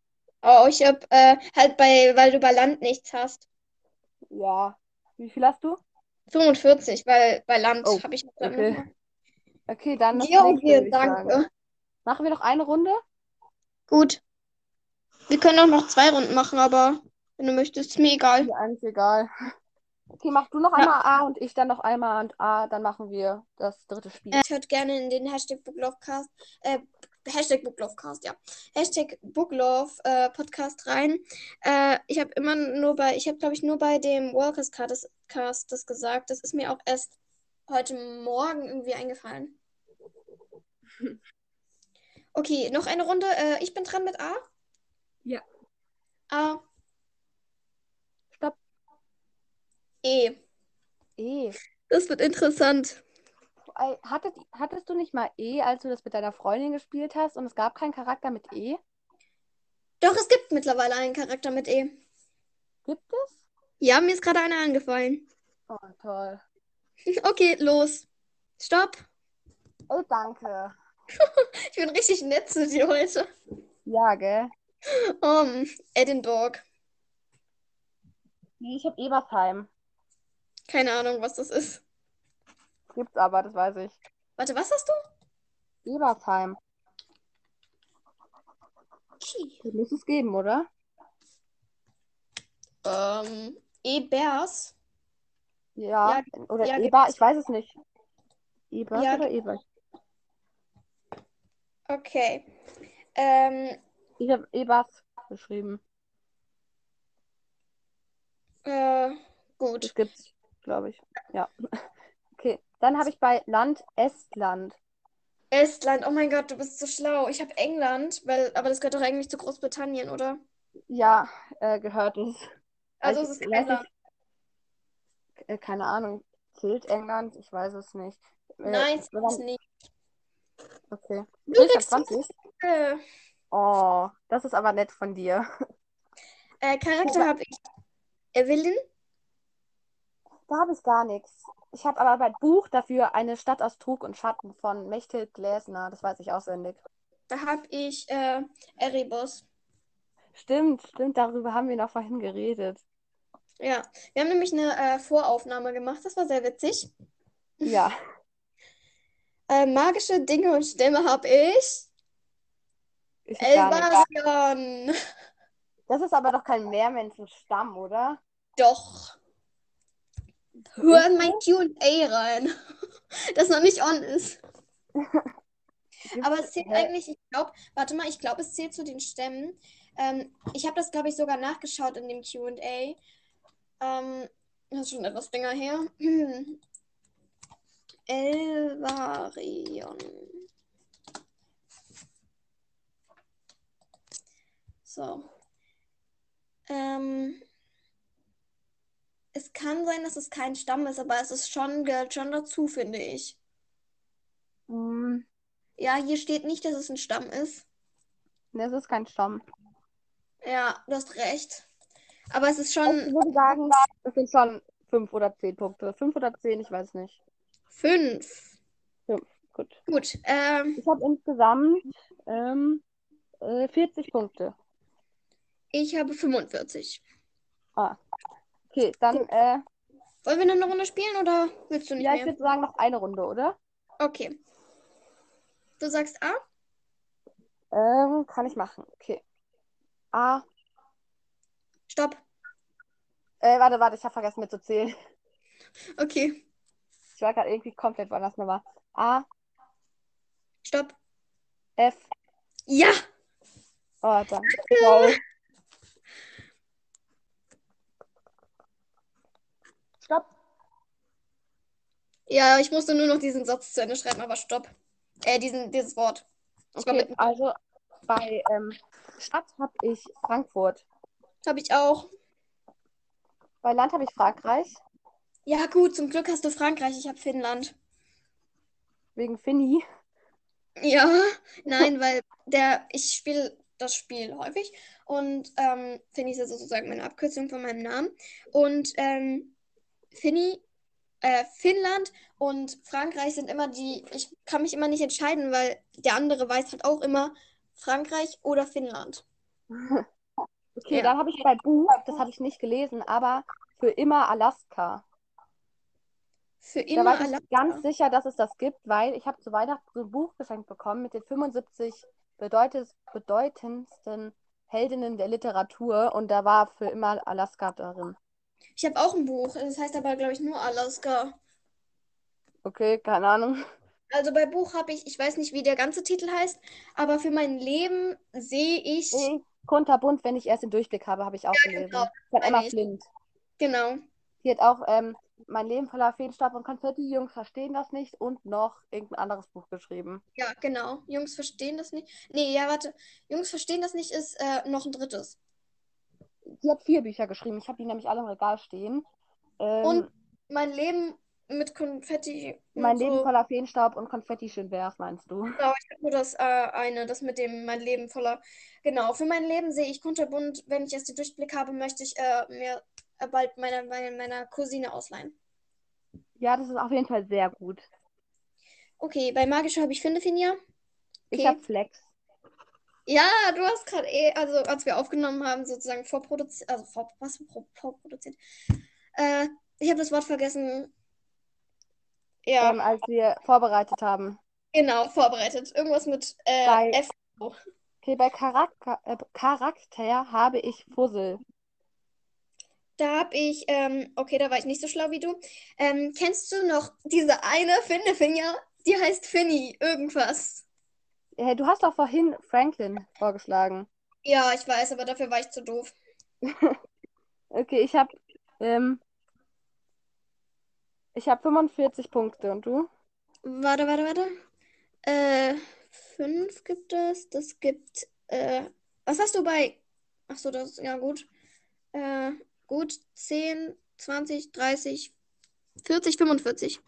A: Oh, ich habe äh, halt bei, weil du bei Land nichts hast.
B: Ja. Wie viel hast du?
A: 45, weil bei Land
B: Oh,
A: habe ich nicht.
B: Okay. Okay, dann das nächste, würde
A: Georgien,
B: ich sagen.
A: danke.
B: Machen wir noch eine Runde?
A: Gut. Wir können auch noch zwei Runden machen, aber wenn du möchtest, ist mir egal.
B: Mir eigentlich egal. Okay, mach du noch einmal A und ich dann noch einmal und A, dann machen wir das dritte Spiel.
A: Äh, hört gerne in den Hashtag BookLoveCast, äh, Hashtag BookLoveCast, ja. Hashtag BookLove äh, Podcast rein. Äh, ich habe immer nur bei, ich habe glaube ich nur bei dem Walkers Cast Cast das gesagt. Das ist mir auch erst heute Morgen irgendwie eingefallen. Okay, noch eine Runde. Äh, ich bin dran mit A.
B: Ja.
A: A,
B: Stopp.
A: E.
B: E.
A: Das wird interessant.
B: Ey, Hattet, hattest du nicht mal E, als du das mit deiner Freundin gespielt hast und es gab keinen Charakter mit E?
A: Doch, es gibt mittlerweile einen Charakter mit E.
B: Gibt es?
A: Ja, mir ist gerade einer angefallen.
B: Oh, toll.
A: Okay, los. Stopp.
B: Oh, danke.
A: Ich bin richtig nett zu dir heute.
B: Ja, gell?
A: Um, Edinburgh.
B: Nee, ich habe Ebersheim.
A: Keine Ahnung, was das ist.
B: Gibt's aber, das weiß ich.
A: Warte, was hast du?
B: Ebersheim.
A: Okay.
B: Das muss es geben, oder?
A: Ähm, Ebers.
B: Ja. Oder
A: ja,
B: Eber,
A: gibt's.
B: ich weiß es nicht. Ebers
A: Ja,
B: oder Ebers?
A: Okay. Ähm,
B: Ich habe Ebers geschrieben.
A: äh, gut.
B: Das gibt's, glaube ich. Ja. Okay, dann habe ich bei Land Estland.
A: Estland. Oh mein Gott, du bist so schlau. Ich habe England, weil, aber das gehört doch eigentlich zu Großbritannien, oder?
B: Ja, äh, gehört es.
A: Also
B: Ich
A: es ist kein
B: weiß
A: Land.
B: Äh, keine Ahnung. Zählt England? Ich weiß es nicht. Äh,
A: Nein, es
B: oder-
A: ist nicht.
B: Okay.
A: Du
B: Ich hab
A: kriegst
B: 20.
A: äh,
B: Oh, das ist aber nett von dir.
A: äh, Charakter habe ich. Evelyn?
B: Da habe ich gar nichts. Ich habe aber bei Buch dafür eine Stadt aus Trug und Schatten von Mechthild Gläsner. Das weiß ich auswendig.
A: Da habe ich äh, Erebus.
B: Stimmt, stimmt. Darüber haben wir noch vorhin geredet.
A: Ja, wir haben nämlich eine äh, Voraufnahme gemacht, das war sehr witzig.
B: Ja.
A: Äh, magische Dinge und Stämme habe ich.
B: Ich hab gar nichts.
A: Elbasion.
B: Das ist aber doch kein Meermenschenstamm, oder?
A: Doch. Hör in mein Q&A rein, das noch nicht on ist. Aber es zählt
B: Hä?
A: eigentlich, ich glaube, warte mal, ich glaube, es zählt zu den Stämmen. Ähm, ich habe das, glaube ich, sogar nachgeschaut in dem Q&A. Ähm, Das ist schon etwas länger her. Hm. Elvarion. So. Ähm. Es kann sein, dass es kein Stamm ist, aber es ist schon, gehört schon dazu, finde ich.
B: Hm,
A: Ja, hier steht nicht, dass es ein Stamm ist.
B: das ist kein Stamm.
A: Ja, du hast recht. Aber es ist
B: Ich
A: schon
B: würde sagen, es sind schon fünf oder zehn Punkte. Fünf oder zehn, ich weiß nicht.
A: fünf.
B: Gut.
A: Gut. Ähm,
B: Ich habe insgesamt ähm, äh, 40 Punkte.
A: ich habe 45.
B: Ah. Okay, dann, äh,
A: Wollen wir noch eine Runde spielen oder willst du nicht
B: ja, ich
A: mehr?
B: würde sagen, noch eine Runde, oder?
A: Okay. Du sagst A?
B: Ähm, kann ich machen. Okay. Ah,
A: Stopp.
B: äh, warte, warte, ich habe vergessen mitzuzählen.
A: Okay.
B: Ich war gerade irgendwie komplett woanders nochmal. A,
A: Stopp.
B: F.
A: Ja!
B: Oh, dann. Lol. Stopp.
A: Ja, ich musste nur noch diesen Satz zu Ende schreiben, aber stopp. Äh, diesen, dieses Wort. Ich war
B: Okay,
A: mit,
B: also bei ähm, Stadt habe ich Frankfurt.
A: hab ich auch.
B: Bei Land habe ich Frankreich.
A: Ja, gut, zum Glück hast du Frankreich, ich habe Finnland.
B: Wegen Finny.
A: Ja, nein, weil der, ich spiele das Spiel häufig und ähm, Finny ist ja sozusagen meine Abkürzung von meinem Namen. Und ähm, Finny, äh, Finnland und Frankreich sind immer die, ich kann mich immer nicht entscheiden, weil der andere weiß halt auch immer Frankreich oder Finnland.
B: Okay,
A: Ja.
B: dann habe ich bei Bu, das habe ich nicht gelesen, aber für immer Alaska.
A: Für
B: Da
A: immer
B: war ich
A: allein.
B: nicht ganz sicher, dass es das gibt, weil ich habe zu Weihnachten so ein Buch geschenkt bekommen mit den 75 bedeutet, bedeutendsten Heldinnen der Literatur und da war für immer Alaska darin.
A: Ich habe auch ein Buch, das heißt aber, glaube ich, nur Alaska.
B: Okay, keine Ahnung.
A: Also bei Buch habe ich, ich weiß nicht, wie der ganze Titel heißt, aber für mein Leben sehe ich,
B: Nee, Äh, Kunterbunt, wenn ich erst den Durchblick habe, habe ich auch gelesen.
A: genau,
B: Von
A: meine
B: Emma
A: ich.
B: Flint.
A: genau.
B: Die hat auch ähm, Mein Leben voller Feenstaub und Konfetti, Jungs verstehen das nicht und noch irgendein anderes Buch geschrieben.
A: Ja, genau. Jungs verstehen das nicht. Nee, ja, warte. Jungs verstehen das nicht ist äh, noch ein drittes.
B: Die hat vier Bücher geschrieben. Ich habe die nämlich alle im Regal stehen. Ähm,
A: Und mein Leben mit Konfetti und
B: mein
A: so.
B: Leben voller Feenstaub und Konfetti schön wär's, meinst du?
A: Genau, ich hab nur das äh, eine, das mit dem mein Leben voller. Genau, für mein Leben sehe ich kunterbunt. Wenn ich jetzt den Durchblick habe, möchte ich äh, mir äh, bald meiner, meiner, meiner Cousine ausleihen.
B: Ja, das ist auf jeden Fall sehr gut.
A: Okay, bei Magischer habe ich Finde Finja.
B: Ich
A: Okay.
B: habe Flex.
A: Ja, du hast gerade eh, also als wir aufgenommen haben, sozusagen vorproduziert, also vor, was, vor- vorproduziert. Äh, ich habe das Wort vergessen. Ja.
B: Ähm, als wir vorbereitet haben.
A: Genau, vorbereitet. Irgendwas mit äh,
B: Bei-
A: F.
B: Okay, bei Charakter, äh, Charakter habe ich Fussel.
A: Da hab ich, ähm, okay, da war ich nicht so schlau wie du. Ähm, kennst du noch diese eine Findefinger? Die heißt Finny, irgendwas.
B: Äh, du hast doch vorhin Franklin vorgeschlagen.
A: Ja, ich weiß, aber dafür war ich zu doof.
B: Okay, ich habe ähm, ich habe 45 Punkte und du?
A: Warte, warte, warte. Äh, fünf gibt es. Das gibt, äh, was hast du bei? Ach so, das, ja gut. Äh, gut, 10, 20, 30, 40, 45.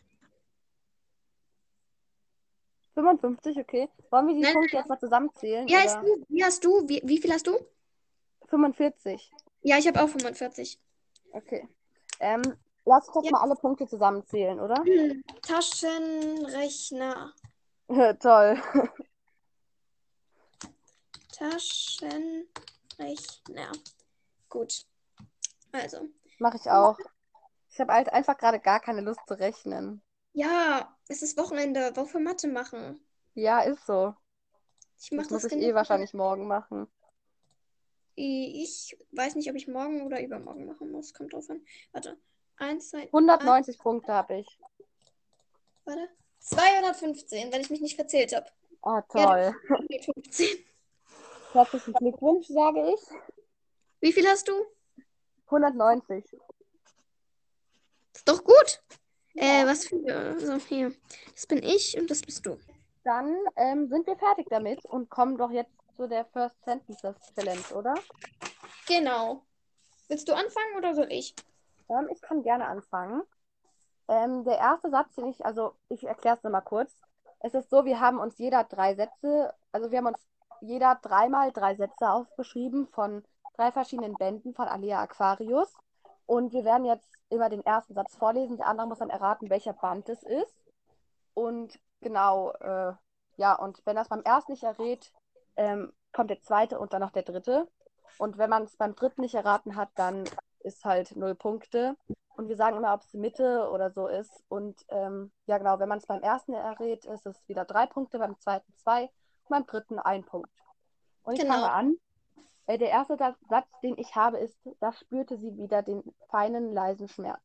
B: 55, okay. Wollen wir die
A: Nein,
B: Punkte jetzt mal zusammenzählen?
A: Wie heißt
B: oder?
A: du? Wie hast du? Wie, wie viel hast du?
B: 45.
A: Ja, ich habe auch 45.
B: Okay. Ähm, lass uns doch
A: Ja.
B: mal alle Punkte zusammenzählen, oder?
A: Taschenrechner.
B: Toll.
A: Taschenrechner. Gut. Also.
B: Mache ich auch. Ich habe halt einfach gerade gar keine Lust zu rechnen.
A: Ja, es ist Wochenende. Woche Mathe machen.
B: Ja, ist so.
A: Ich mache
B: das muss
A: das
B: ich eh wahrscheinlich morgen machen.
A: Äh, Ich weiß nicht, ob ich morgen oder übermorgen machen muss. Kommt drauf an. Warte. Eins, zwei,
B: 190
A: Ah.
B: Punkte habe ich.
A: warte. 215, wenn ich mich nicht verzählt habe.
B: Oh,
A: Ja,
B: toll.
A: 215.
B: Herzlichen Glückwunsch, sage ich.
A: Wie viel hast du?
B: 190.
A: Ist doch gut. Äh, was für. So, hier. Das bin ich und das bist du.
B: Dann ähm, sind wir fertig damit und kommen doch jetzt zu der First Sentences Challenge, oder?
A: Genau. Willst du anfangen oder soll ich?
B: Ähm, ich kann gerne anfangen. Ähm, der erste Satz, den ich, also ich erkläre es nochmal kurz. Es ist so, wir haben uns jeder drei Sätze, also wir haben uns jeder dreimal drei Sätze aufgeschrieben von drei verschiedenen Bänden von Alia Aquarius. Und wir werden jetzt immer den ersten Satz vorlesen. Der andere muss dann erraten, welcher Band es ist. Und genau, äh, ja, und wenn das beim ersten nicht errät, ähm, kommt der zweite und dann noch der dritte. Und wenn man es beim dritten nicht erraten hat, dann ist halt null Punkte. Und wir sagen immer, ob es Mitte oder so ist. Und ähm, ja, genau, wenn man es beim ersten errät, ist es wieder drei Punkte, beim zweiten zwei und beim dritten ein Punkt. Und ich fange
A: Genau.
B: mal an. Äh, der erste Sa- Satz, den ich habe, ist, da spürte sie wieder den feinen, leisen Schmerz.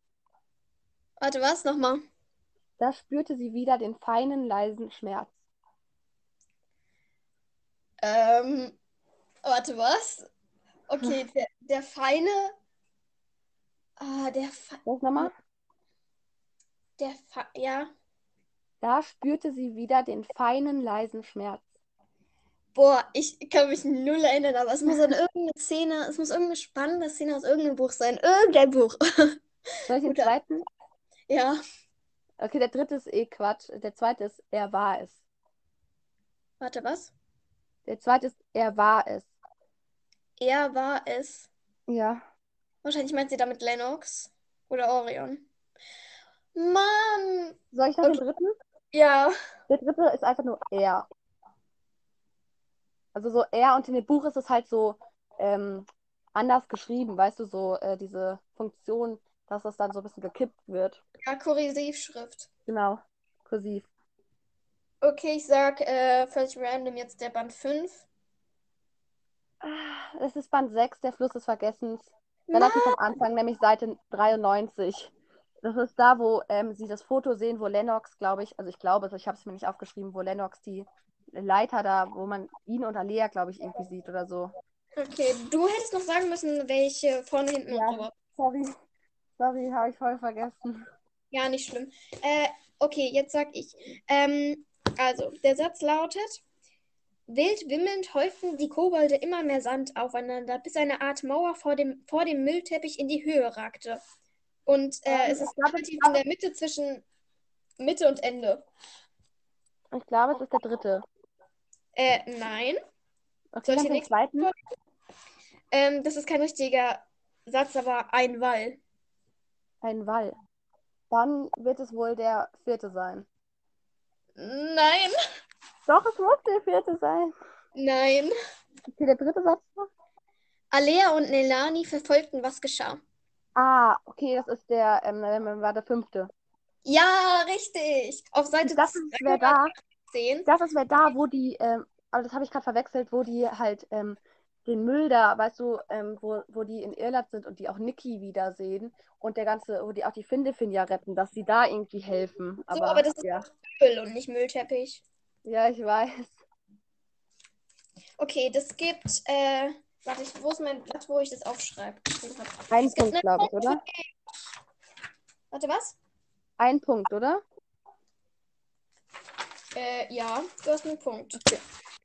A: Warte, was? Nochmal.
B: Da spürte sie wieder den feinen, leisen Schmerz.
A: Ähm, warte, was? Okay, der, der feine. Ah, der, Fe-
B: Was nochmal?
A: der, Fe- ja.
B: Da spürte sie wieder den feinen, leisen Schmerz.
A: Boah, ich kann mich null erinnern, aber es muss an irgendeine Szene, es muss irgendeine spannende Szene aus irgendeinem Buch sein. Irgendein Buch.
B: Soll ich den
A: Guter.
B: zweiten?
A: Ja.
B: Okay, der dritte ist eh Quatsch. Der zweite ist, er war es.
A: Warte, was?
B: Der zweite ist, er war es.
A: Er war es.
B: Ja.
A: Wahrscheinlich meint sie damit Lennox oder Orion. Mann!
B: Soll ich noch den dritten?
A: Ja.
B: Der dritte ist einfach nur er. Also so er und in dem Buch ist es halt so ähm, anders geschrieben, weißt du, so äh, diese Funktion, dass es dann so ein bisschen gekippt wird.
A: Ja, Kursivschrift.
B: Genau. Kursiv.
A: Okay, ich sag äh, völlig random jetzt der Band 5.
B: Ah, Es ist Band 6, der Fluss des Vergessens. Relativ am Anfang, nämlich Seite 93. Das ist da, wo ähm, sie das Foto sehen, wo Lennox, glaube ich, also ich glaube, es, ich habe es mir nicht aufgeschrieben, wo Lennox die Leiter da, wo man ihn und Alea, glaube ich, irgendwie sieht oder so.
A: Okay, du hättest noch sagen müssen, welche vorne, hinten
B: Ja.
A: und so.
B: Sorry, sorry, habe ich voll vergessen.
A: Ja, nicht schlimm. Äh, okay, jetzt sag ich. Ähm, also, der Satz lautet: Wild wimmelnd häuften die Kobolde immer mehr Sand aufeinander, bis eine Art Mauer vor dem, vor dem Müllteppich in die Höhe ragte. Und äh,
B: Ähm,
A: es
B: ich
A: ist
B: glaube,
A: relativ in der Mitte zwischen Mitte und Ende.
B: Ich glaube, es ist der dritte.
A: Äh, nein. Soll ich
B: Okay, kannst
A: den
B: du den
A: nächsten
B: zweiten?
A: Ähm, das ist kein richtiger Satz, aber ein Weil.
B: Ein Wall. Dann wird es wohl der vierte sein.
A: Nein,
B: Doch, es muss der vierte sein.
A: nein.
B: Okay, der dritte Satz noch?
A: Alea und Nelani verfolgten, was geschah.
B: Ah, okay, das ist der, ähm, ähm, war der fünfte.
A: Ja, richtig. Auf Seite
B: Also Das ist wer da,
A: 10.
B: das ist wer da, wo die, ähm, aber das habe ich gerade verwechselt, wo die halt ähm, den Müll da, weißt du, ähm, wo, wo die in Irland sind und die auch Nikki wiedersehen und der ganze, wo die auch die Findefinja retten, dass sie da irgendwie helfen. Aber,
A: aber das ist-
B: ja.
A: Müll und nicht Müllteppich.
B: ja, ich weiß.
A: Okay, das gibt. Äh, warte, ich, wo ist mein Blatt, wo ich das aufschreibe?
B: Ein
A: gibt
B: Punkt,
A: eine-
B: glaube ich, oder?
A: Warte, was?
B: Ein Punkt, oder?
A: Äh, ja, du hast einen Punkt.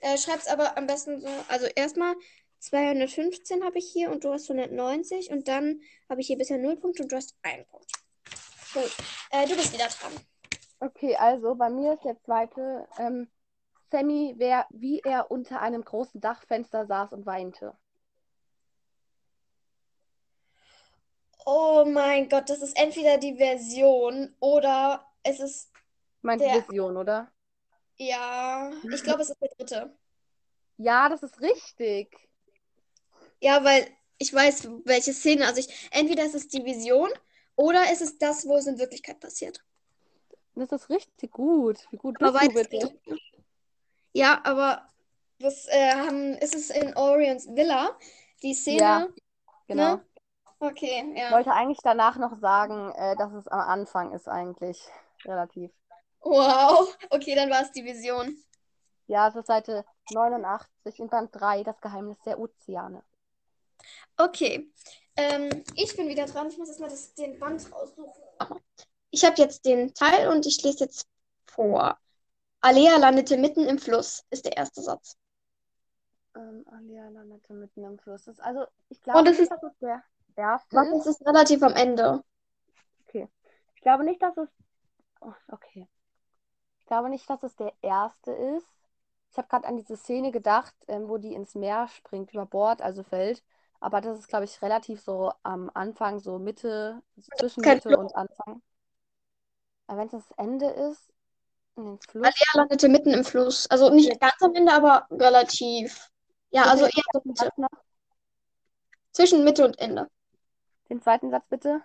A: Äh, schreib's aber am besten so. Also erstmal 215 habe ich hier und du hast 190 und dann habe ich hier bisher 0 Punkte und du hast einen Punkt. Gut. Äh, du bist wieder dran.
B: Okay, also bei mir ist der zweite. Ähm, Sammy, wer, wie er unter einem großen Dachfenster saß und weinte.
A: Oh mein Gott, das ist entweder die Version oder es ist.
B: Meinst du
A: Der-
B: Vision, oder?
A: Ja, ich glaube, es ist der dritte.
B: Ja, das ist richtig.
A: Ja, weil ich weiß, welche Szene. Also ich, entweder ist es die Vision oder ist es ist das, wo es in Wirklichkeit passiert.
B: Das ist richtig gut. Wie gut
A: Aber
B: bist du
A: weit ist
B: bitte?
A: Ja, aber das äh, haben, ist es in Orions Villa, die Szene.
B: Ja, Genau.
A: Ne? Okay,
B: Ich
A: ja.
B: wollte eigentlich danach noch sagen, äh, dass es am Anfang ist eigentlich. Relativ.
A: Wow. Okay, dann war es die Vision.
B: Ja, es ist Seite 89 in Band 3, das Geheimnis der Ozeane.
A: Okay. Ähm, ich bin wieder dran. Ich muss jetzt mal das, den Band raussuchen. Ich habe jetzt den Teil und ich lese jetzt vor. Alea landete mitten im Fluss, ist der erste Satz.
B: Ähm, Alia landete mitten im Fluss. Das ist also, ich glaube
A: Oh, das
B: nicht,
A: ist-
B: dass es der erste
A: Was
B: ist.
A: ist es relativ am Ende?
B: Ich glaube nicht, dass es. Oh, okay. Ich glaube nicht, dass es der erste ist. Ich habe gerade an diese Szene gedacht, ähm, wo die ins Meer springt, über Bord, also fällt. Aber das ist, glaube ich, relativ so am Anfang, so Mitte, so zwischen
A: Kein
B: Mitte
A: Fluss.
B: und Anfang. Aber wenn es das Ende ist, in den Fluss.
A: Alea landete mitten im Fluss. Also nicht ganz am Ende, aber relativ. Ja, also
B: Bitte
A: eher so
B: den,
A: Mitte,
B: Satz noch,
A: zwischen Mitte und Ende.
B: den zweiten Satz bitte.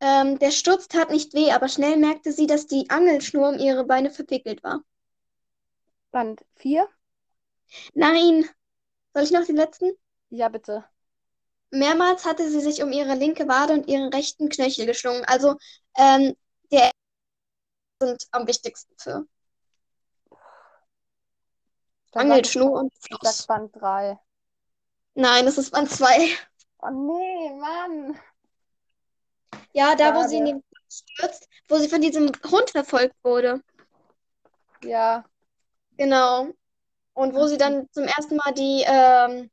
A: Ähm, der Sturz tat nicht weh, aber schnell merkte sie, dass die Angelschnur um ihre Beine verwickelt war.
B: Band 4.
A: Nein! Soll ich noch den letzten?
B: Ja, bitte.
A: Mehrmals hatte sie sich um ihre linke Wade und ihren rechten Knöchel geschlungen. Also ähm, der sind am wichtigsten für
B: Dann sag ich,
A: Angelschnur und
B: ich sag
A: Fluss.
B: Band 3.
A: Nein, das ist Band 2.
B: Oh nee, Mann.
A: Ja, da wo
B: Schade.
A: sie in den Fluss stürzt, wo sie von diesem Hund verfolgt wurde.
B: Ja.
A: Genau. Und wo sie dann zum ersten Mal die ähm,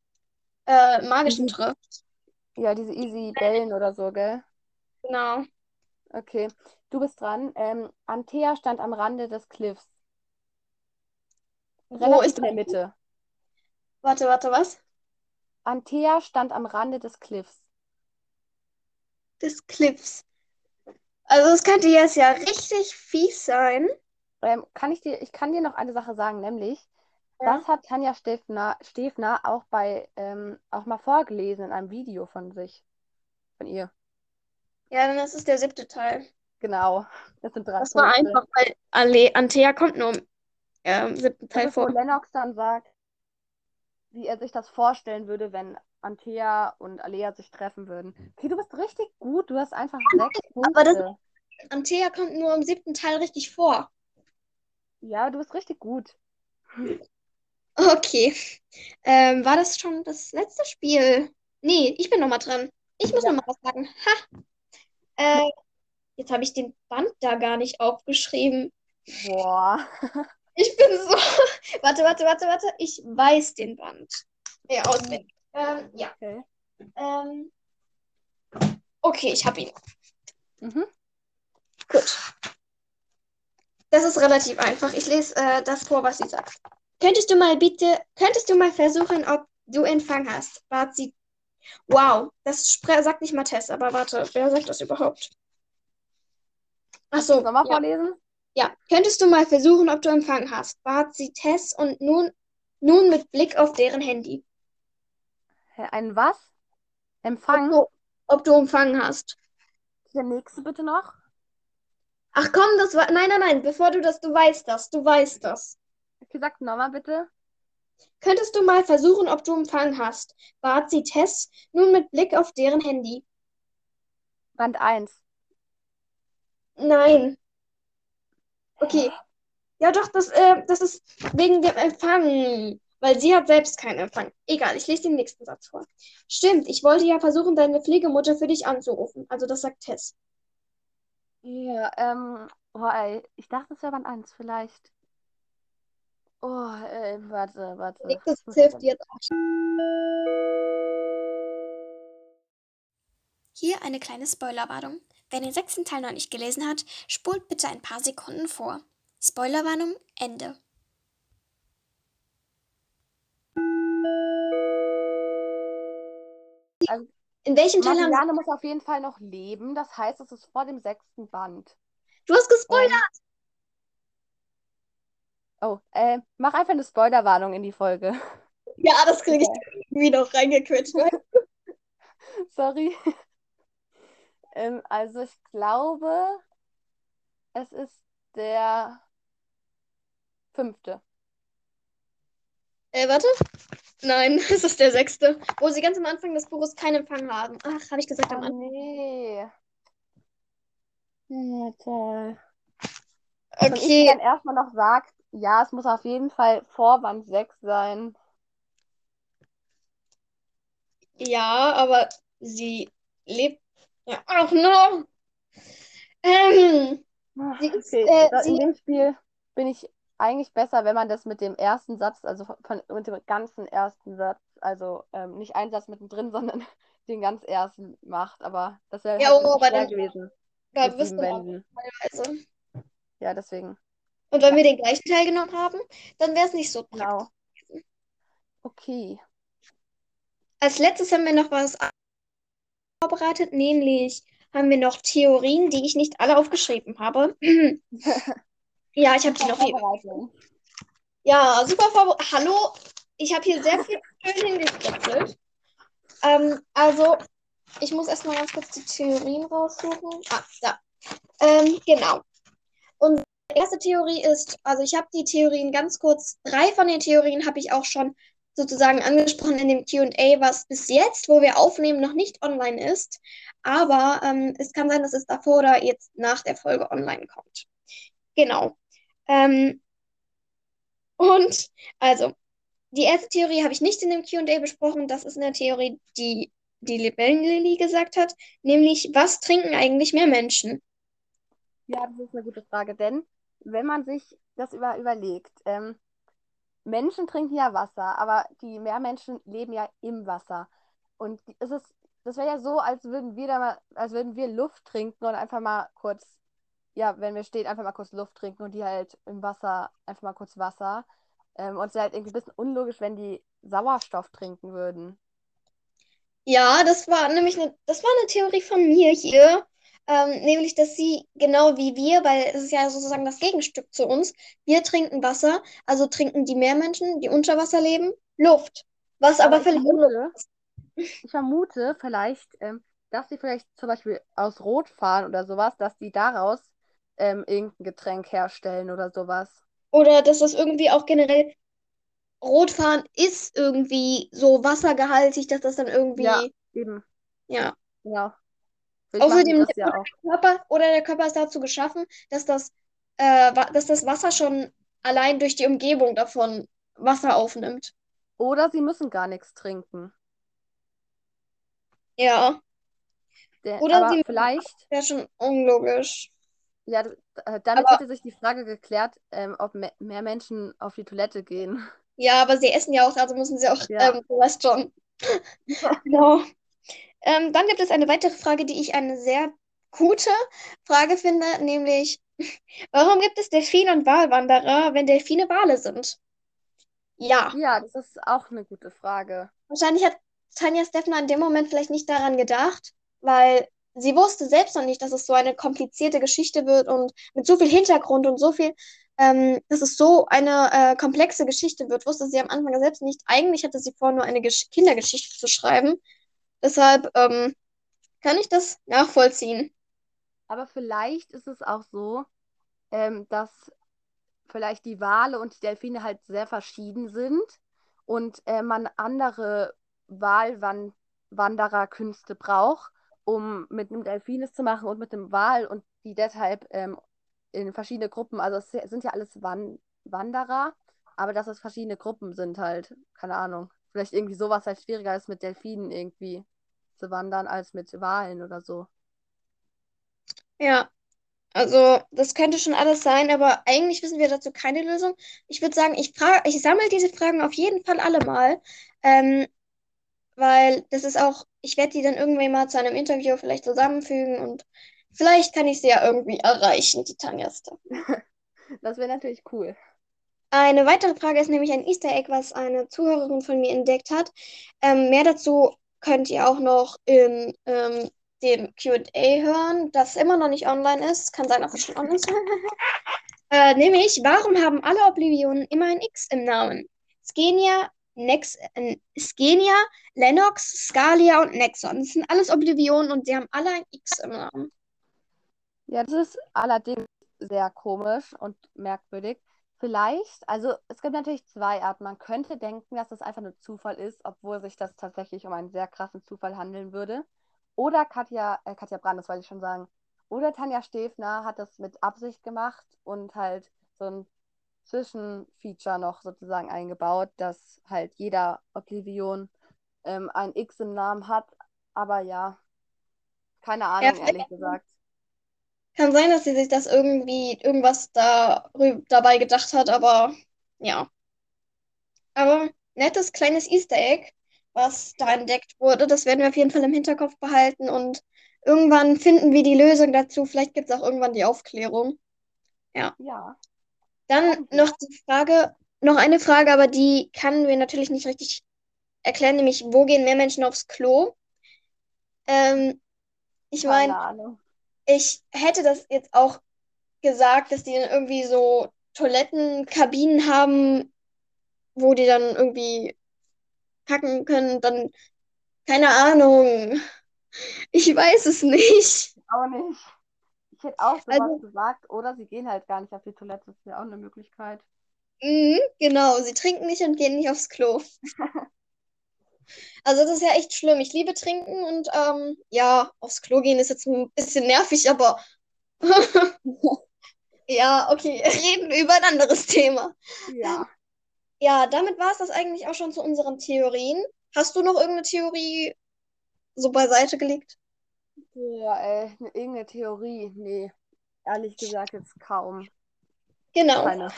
A: äh, magischen
B: Mhm.
A: trifft.
B: Ja, diese Easy Bellen oder so, gell?
A: Genau.
B: Okay, du bist dran. Ähm, Antea stand am Rande des Cliffs,
A: Wo
B: relativ
A: ist
B: in der Mitte.
A: Warte, warte, was?
B: Antea stand am Rande des Cliffs.
A: Des Cliffs. Also es könnte jetzt ja richtig fies sein.
B: Ähm, kann ich dir, ich kann dir noch eine Sache sagen, nämlich,
A: Ja.
B: das hat Tanja Stefner, Stefner auch bei, ähm, auch mal vorgelesen in einem Video von sich, von ihr.
A: Ja, dann ist es der siebte Teil.
B: Genau, das sind drei
A: Das war
B: Punkte.
A: einfach, weil Ale Antea kommt nur im ähm, siebten
B: Das
A: Teil
B: ist, wo
A: vor.
B: Lennox dann sagt, wie er sich das vorstellen würde, wenn Antea und Alea sich treffen würden. Okay, du bist richtig gut, du hast einfach sechs
A: Aber das-
B: Punkte.
A: Antea kommt nur im siebten Teil richtig vor.
B: Ja, du bist richtig gut.
A: Okay. Ähm, war das schon das letzte Spiel? Nee, ich bin nochmal dran. Ich muss
B: Ja.
A: nochmal was sagen. Ha! Äh, jetzt habe ich den Band da gar nicht aufgeschrieben.
B: Boah.
A: Ich bin so. Warte, warte, warte, warte. Ich weiß den Band. Ja, auswendig. Ähm, ja.
B: Okay.
A: Ähm, okay, ich habe ihn.
B: Mhm.
A: Gut. Das ist relativ einfach. Ich lese äh, das vor, was sie sagt. Könntest du mal bitte, könntest du mal versuchen, ob du Empfang hast? Bat sie. Wow, das spre- sagt nicht mal Tess, aber warte, wer sagt das überhaupt? Ach so,
B: Nochmal
A: ja.
B: vorlesen?
A: ja. Könntest du mal versuchen, ob du Empfang hast? Bat sie Tess und nun, nun mit Blick auf deren Handy.
B: Hä, Ein was? Empfang?
A: Ob du, ob du Empfang hast.
B: Der nächste bitte noch?
A: Ach komm, das war. Nein, nein, nein, bevor du das, du weißt das, du weißt das.
B: Okay, sag nochmal bitte.
A: Könntest du mal versuchen, ob du Empfang hast? bat sie Tess, nun mit Blick auf deren Handy.
B: Band 1.
A: Nein. Okay. Ja, doch, das, äh, das ist wegen dem Empfang. Weil sie hat selbst keinen Empfang. Egal, ich lese den nächsten Satz vor. Stimmt, ich wollte ja versuchen, deine Pflegemutter für dich anzurufen. Also das sagt Tess.
B: Ja, ähm, oh, ey, ich dachte, es wäre Band 1 vielleicht. Oh, ey, warte,
A: Der
B: warte.
A: nächste Satz hilft dir jetzt auch.
C: Hier eine kleine Spoilerwarnung. Wer den sechsten Teil noch nicht gelesen hat, spult bitte ein paar Sekunden vor. Spoilerwarnung Ende.
A: Also, In welchem Teil haben
B: Marianne muss auf jeden Fall noch leben, das heißt, es ist vor dem sechsten Band.
A: sie... Du hast gespoilert.
B: Ähm, oh, äh, mach einfach eine Spoilerwarnung in die Folge.
A: Ja, das kriege ich irgendwie noch reingequetscht.
B: Sorry. Ähm, also ich glaube, es ist der fünfte.
A: Äh, warte. Nein, es ist der sechste. Wo sie ganz am Anfang des Buches keinen Empfang haben. Ach, habe ich gesagt am
B: Oh
A: Anfang.
B: nee. Ja, toll. Und ich
A: Okay.
B: dann erstmal noch sagt, ja, es muss auf jeden Fall Vorwand 6 sein.
A: Ja, aber sie lebt ja auch noch. Ähm, Sie ist,
B: Okay,
A: äh,
B: da- in
A: sie-
B: dem Spiel bin ich eigentlich besser, wenn man das mit dem ersten Satz, also von, mit dem ganzen ersten Satz, also ähm, nicht einen Satz mittendrin, sondern den ganz ersten macht. Aber das wäre
A: Ja,
B: halt
A: oh, aber
B: schwer
A: dann-
B: gewesen
A: da
B: mit
A: wissen
B: sieben
A: wir
B: Wänden.
A: teilweise.
B: Ja, deswegen.
A: Und wenn wir den gleichen Teil genommen haben, dann wäre es nicht so praktisch.
B: Genau. Okay.
A: Als letztes haben wir noch was vorbereitet, nämlich haben wir noch Theorien, die ich nicht alle aufgeschrieben habe. Ja, ich habe die noch hier.
B: Vorbereitung.
A: Ja, super vorbereitet. Hallo, ich habe hier sehr viel schön hingekritzelt. Ähm, also, ich muss erstmal ganz kurz die Theorien raussuchen. Ah, da. Ähm, genau. Und die erste Theorie ist, also ich habe die Theorien ganz kurz, drei von den Theorien habe ich auch schon sozusagen angesprochen in dem Q&A, was bis jetzt, wo wir aufnehmen, noch nicht online ist. Aber ähm, es kann sein, dass es davor oder jetzt nach der Folge online kommt. Genau. Ähm, und also, die erste Theorie habe ich nicht in dem Q&A besprochen. Das ist eine Theorie, die die Libellenlilly gesagt hat, nämlich, was trinken eigentlich mehr Menschen?
B: Ja, das ist eine gute Frage, denn wenn man sich das über überlegt, ähm, Menschen trinken ja Wasser, aber die Meermenschen leben ja im Wasser. Und es ist, das wäre ja so, als würden wir da mal, als würden wir Luft trinken und einfach mal kurz, ja, wenn wir stehen, einfach mal kurz Luft trinken und die halt im Wasser, einfach mal kurz Wasser. Ähm, und es wäre halt irgendwie ein bisschen unlogisch, wenn die Sauerstoff trinken würden.
A: Ja, das war nämlich eine, das war eine Theorie von mir hier, ähm, nämlich, dass sie genau wie wir, weil es ist ja sozusagen das Gegenstück zu uns, wir trinken Wasser, also trinken die Meermenschen, die unter Wasser leben, Luft. Was aber ne?
B: ich
A: völlig
B: vermute, ich vermute vielleicht, ähm, dass sie vielleicht zum Beispiel aus Rot fahren oder sowas, dass die daraus ähm, irgendein Getränk herstellen oder sowas.
A: Oder dass das irgendwie auch generell Rotfahren ist irgendwie so wassergehaltig, dass das dann irgendwie,
B: Ja. Eben,
A: ja.
B: ja. Vielleicht
A: Außerdem-
B: machen die das ja auch.
A: Körper oder der Körper ist dazu geschaffen, dass das, äh, wa- dass das Wasser schon allein durch die Umgebung davon Wasser aufnimmt.
B: Oder sie müssen gar nichts trinken.
A: Ja,
B: Der,
A: Oder
B: aber
A: sie-
B: vielleicht,
A: wäre schon unlogisch.
B: ja, d- äh, damit
A: Aber-
B: hätte sich die Frage geklärt, ähm, ob me mehr Menschen auf die Toilette gehen.
A: Ja, aber sie essen ja auch, also müssen sie auch,
B: Ja.
A: ähm, du weißt schon. Genau. Ähm, dann gibt es eine weitere Frage, die ich eine sehr gute Frage finde, nämlich, warum gibt es Delfine und Walwanderer, wenn Delfine Wale sind? Ja.
B: Ja, das ist auch eine gute Frage.
A: Wahrscheinlich hat Tanja Steffner in dem Moment vielleicht nicht daran gedacht, weil sie wusste selbst noch nicht, dass es so eine komplizierte Geschichte wird und mit so viel Hintergrund und so viel, ähm, dass es so eine äh, komplexe Geschichte wird, wusste sie am Anfang selbst nicht. Eigentlich hatte sie vor, nur eine Gesch Kindergeschichte zu schreiben. Deshalb ähm, kann ich das nachvollziehen.
B: Aber vielleicht ist es auch so, ähm, dass vielleicht die Wale und die Delfine halt sehr verschieden sind und äh, man andere Walwandererkünste braucht, um mit einem Delfin es zu machen und mit einem Wal und die deshalb ähm, in verschiedene Gruppen, also es sind ja alles Wan Wanderer, aber dass es verschiedene Gruppen sind halt, keine Ahnung. Vielleicht irgendwie sowas halt schwieriger ist mit Delfinen irgendwie zu wandern als mit Walen oder so.
A: Ja, also das könnte schon alles sein, aber eigentlich wissen wir dazu keine Lösung. Ich würde sagen, ich frage, ich sammle diese Fragen auf jeden Fall alle mal, ähm, weil das ist auch, ich werde die dann irgendwann mal zu einem Interview vielleicht zusammenfügen und vielleicht kann ich sie ja irgendwie erreichen, die Tanja Steffner.
B: Das wäre natürlich cool.
A: Eine weitere Frage ist nämlich ein Easter Egg, was eine Zuhörerin von mir entdeckt hat. Ähm, mehr dazu könnt ihr auch noch in ähm, dem Q&A hören, das immer noch nicht online ist. Kann sein, dass es schon online ist. äh, nämlich, warum haben alle Oblivionen immer ein X im Namen? Skenia, Nex, äh, Skenia, Lennox, Scalia und Nexon. Das sind alles Oblivionen und sie haben alle ein X im Namen.
B: Ja, das ist allerdings sehr komisch und merkwürdig. Vielleicht, also es gibt natürlich zwei Arten. Man könnte denken, dass das einfach nur Zufall ist, obwohl sich das tatsächlich um einen sehr krassen Zufall handeln würde. Oder Katja, äh, Katja Brand, das wollte ich schon sagen. Oder Tanja Stäfner hat das mit Absicht gemacht und halt so ein Zwischenfeature noch sozusagen eingebaut, dass halt jeder Oblivion ähm, ein X im Namen hat. Aber ja, keine Ahnung,
A: vielleicht-
B: ehrlich gesagt.
A: Kann sein, dass sie sich das irgendwie, irgendwas da, dabei gedacht hat, aber ja. Aber nettes kleines Easter Egg, was da entdeckt wurde, das werden wir auf jeden Fall im Hinterkopf behalten und irgendwann finden wir die Lösung dazu. Vielleicht gibt es auch irgendwann die Aufklärung.
B: Ja.
A: Dann noch die Frage, noch eine Frage, aber die kann wir natürlich nicht richtig erklären, nämlich wo gehen mehr Menschen aufs Klo? Ähm, ich meine,
B: Keine Ahnung.
A: ich hätte das jetzt auch gesagt, dass die dann irgendwie so Toilettenkabinen haben, wo die dann irgendwie kacken können, dann keine Ahnung. Ich weiß es nicht.
B: Auch nicht. Ich hätte auch sowas
A: Also-
B: gesagt. Oder sie gehen halt gar nicht auf die Toilette. Das wäre auch eine Möglichkeit.
A: Mhm, genau, sie trinken nicht und gehen nicht aufs Klo. Also das ist ja echt schlimm. Ich liebe trinken und ähm, ja, aufs Klo gehen ist jetzt ein bisschen nervig, aber ja, okay, reden wir über ein anderes Thema.
B: Ja.
A: Ja, damit war es das eigentlich auch schon zu unseren Theorien. Hast du noch irgendeine Theorie so beiseite gelegt?
B: Ja, ey, ne- irgendeine Theorie. Nee. Ehrlich gesagt, jetzt kaum.
A: Genau.
B: Keine.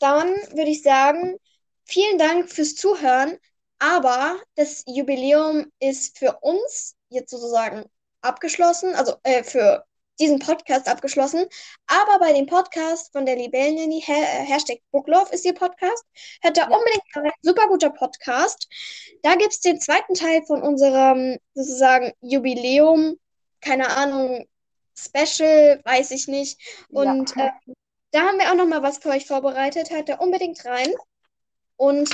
A: Dann würde ich sagen, vielen Dank fürs Zuhören, aber das Jubiläum ist für uns jetzt sozusagen abgeschlossen, also äh, für diesen Podcast abgeschlossen, aber bei dem Podcast von der Libellennanny, ha äh, Hashtag Booklove ist ihr Podcast, hört da
B: Ja.
A: unbedingt rein, super guter Podcast. Da gibt es den zweiten Teil von unserem sozusagen Jubiläum, keine Ahnung, Special, weiß ich nicht. Und
B: ja.
A: äh, da haben wir auch noch mal was für euch vorbereitet. Hört da unbedingt rein. Und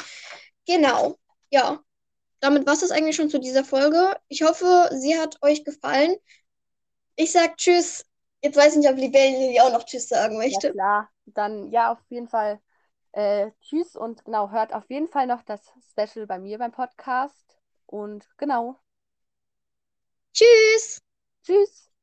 A: genau, ja. Damit war es eigentlich schon zu dieser Folge. Ich hoffe, sie hat euch gefallen. Ich sag Tschüss. Jetzt weiß ich nicht, ob Libellen Lilly auch noch Tschüss sagen
B: Ja,
A: möchte.
B: klar. Dann ja, auf jeden Fall äh, tschüss und genau, hört auf jeden Fall noch das Special bei mir beim Podcast. Und genau,
A: Tschüss!
B: tschüss.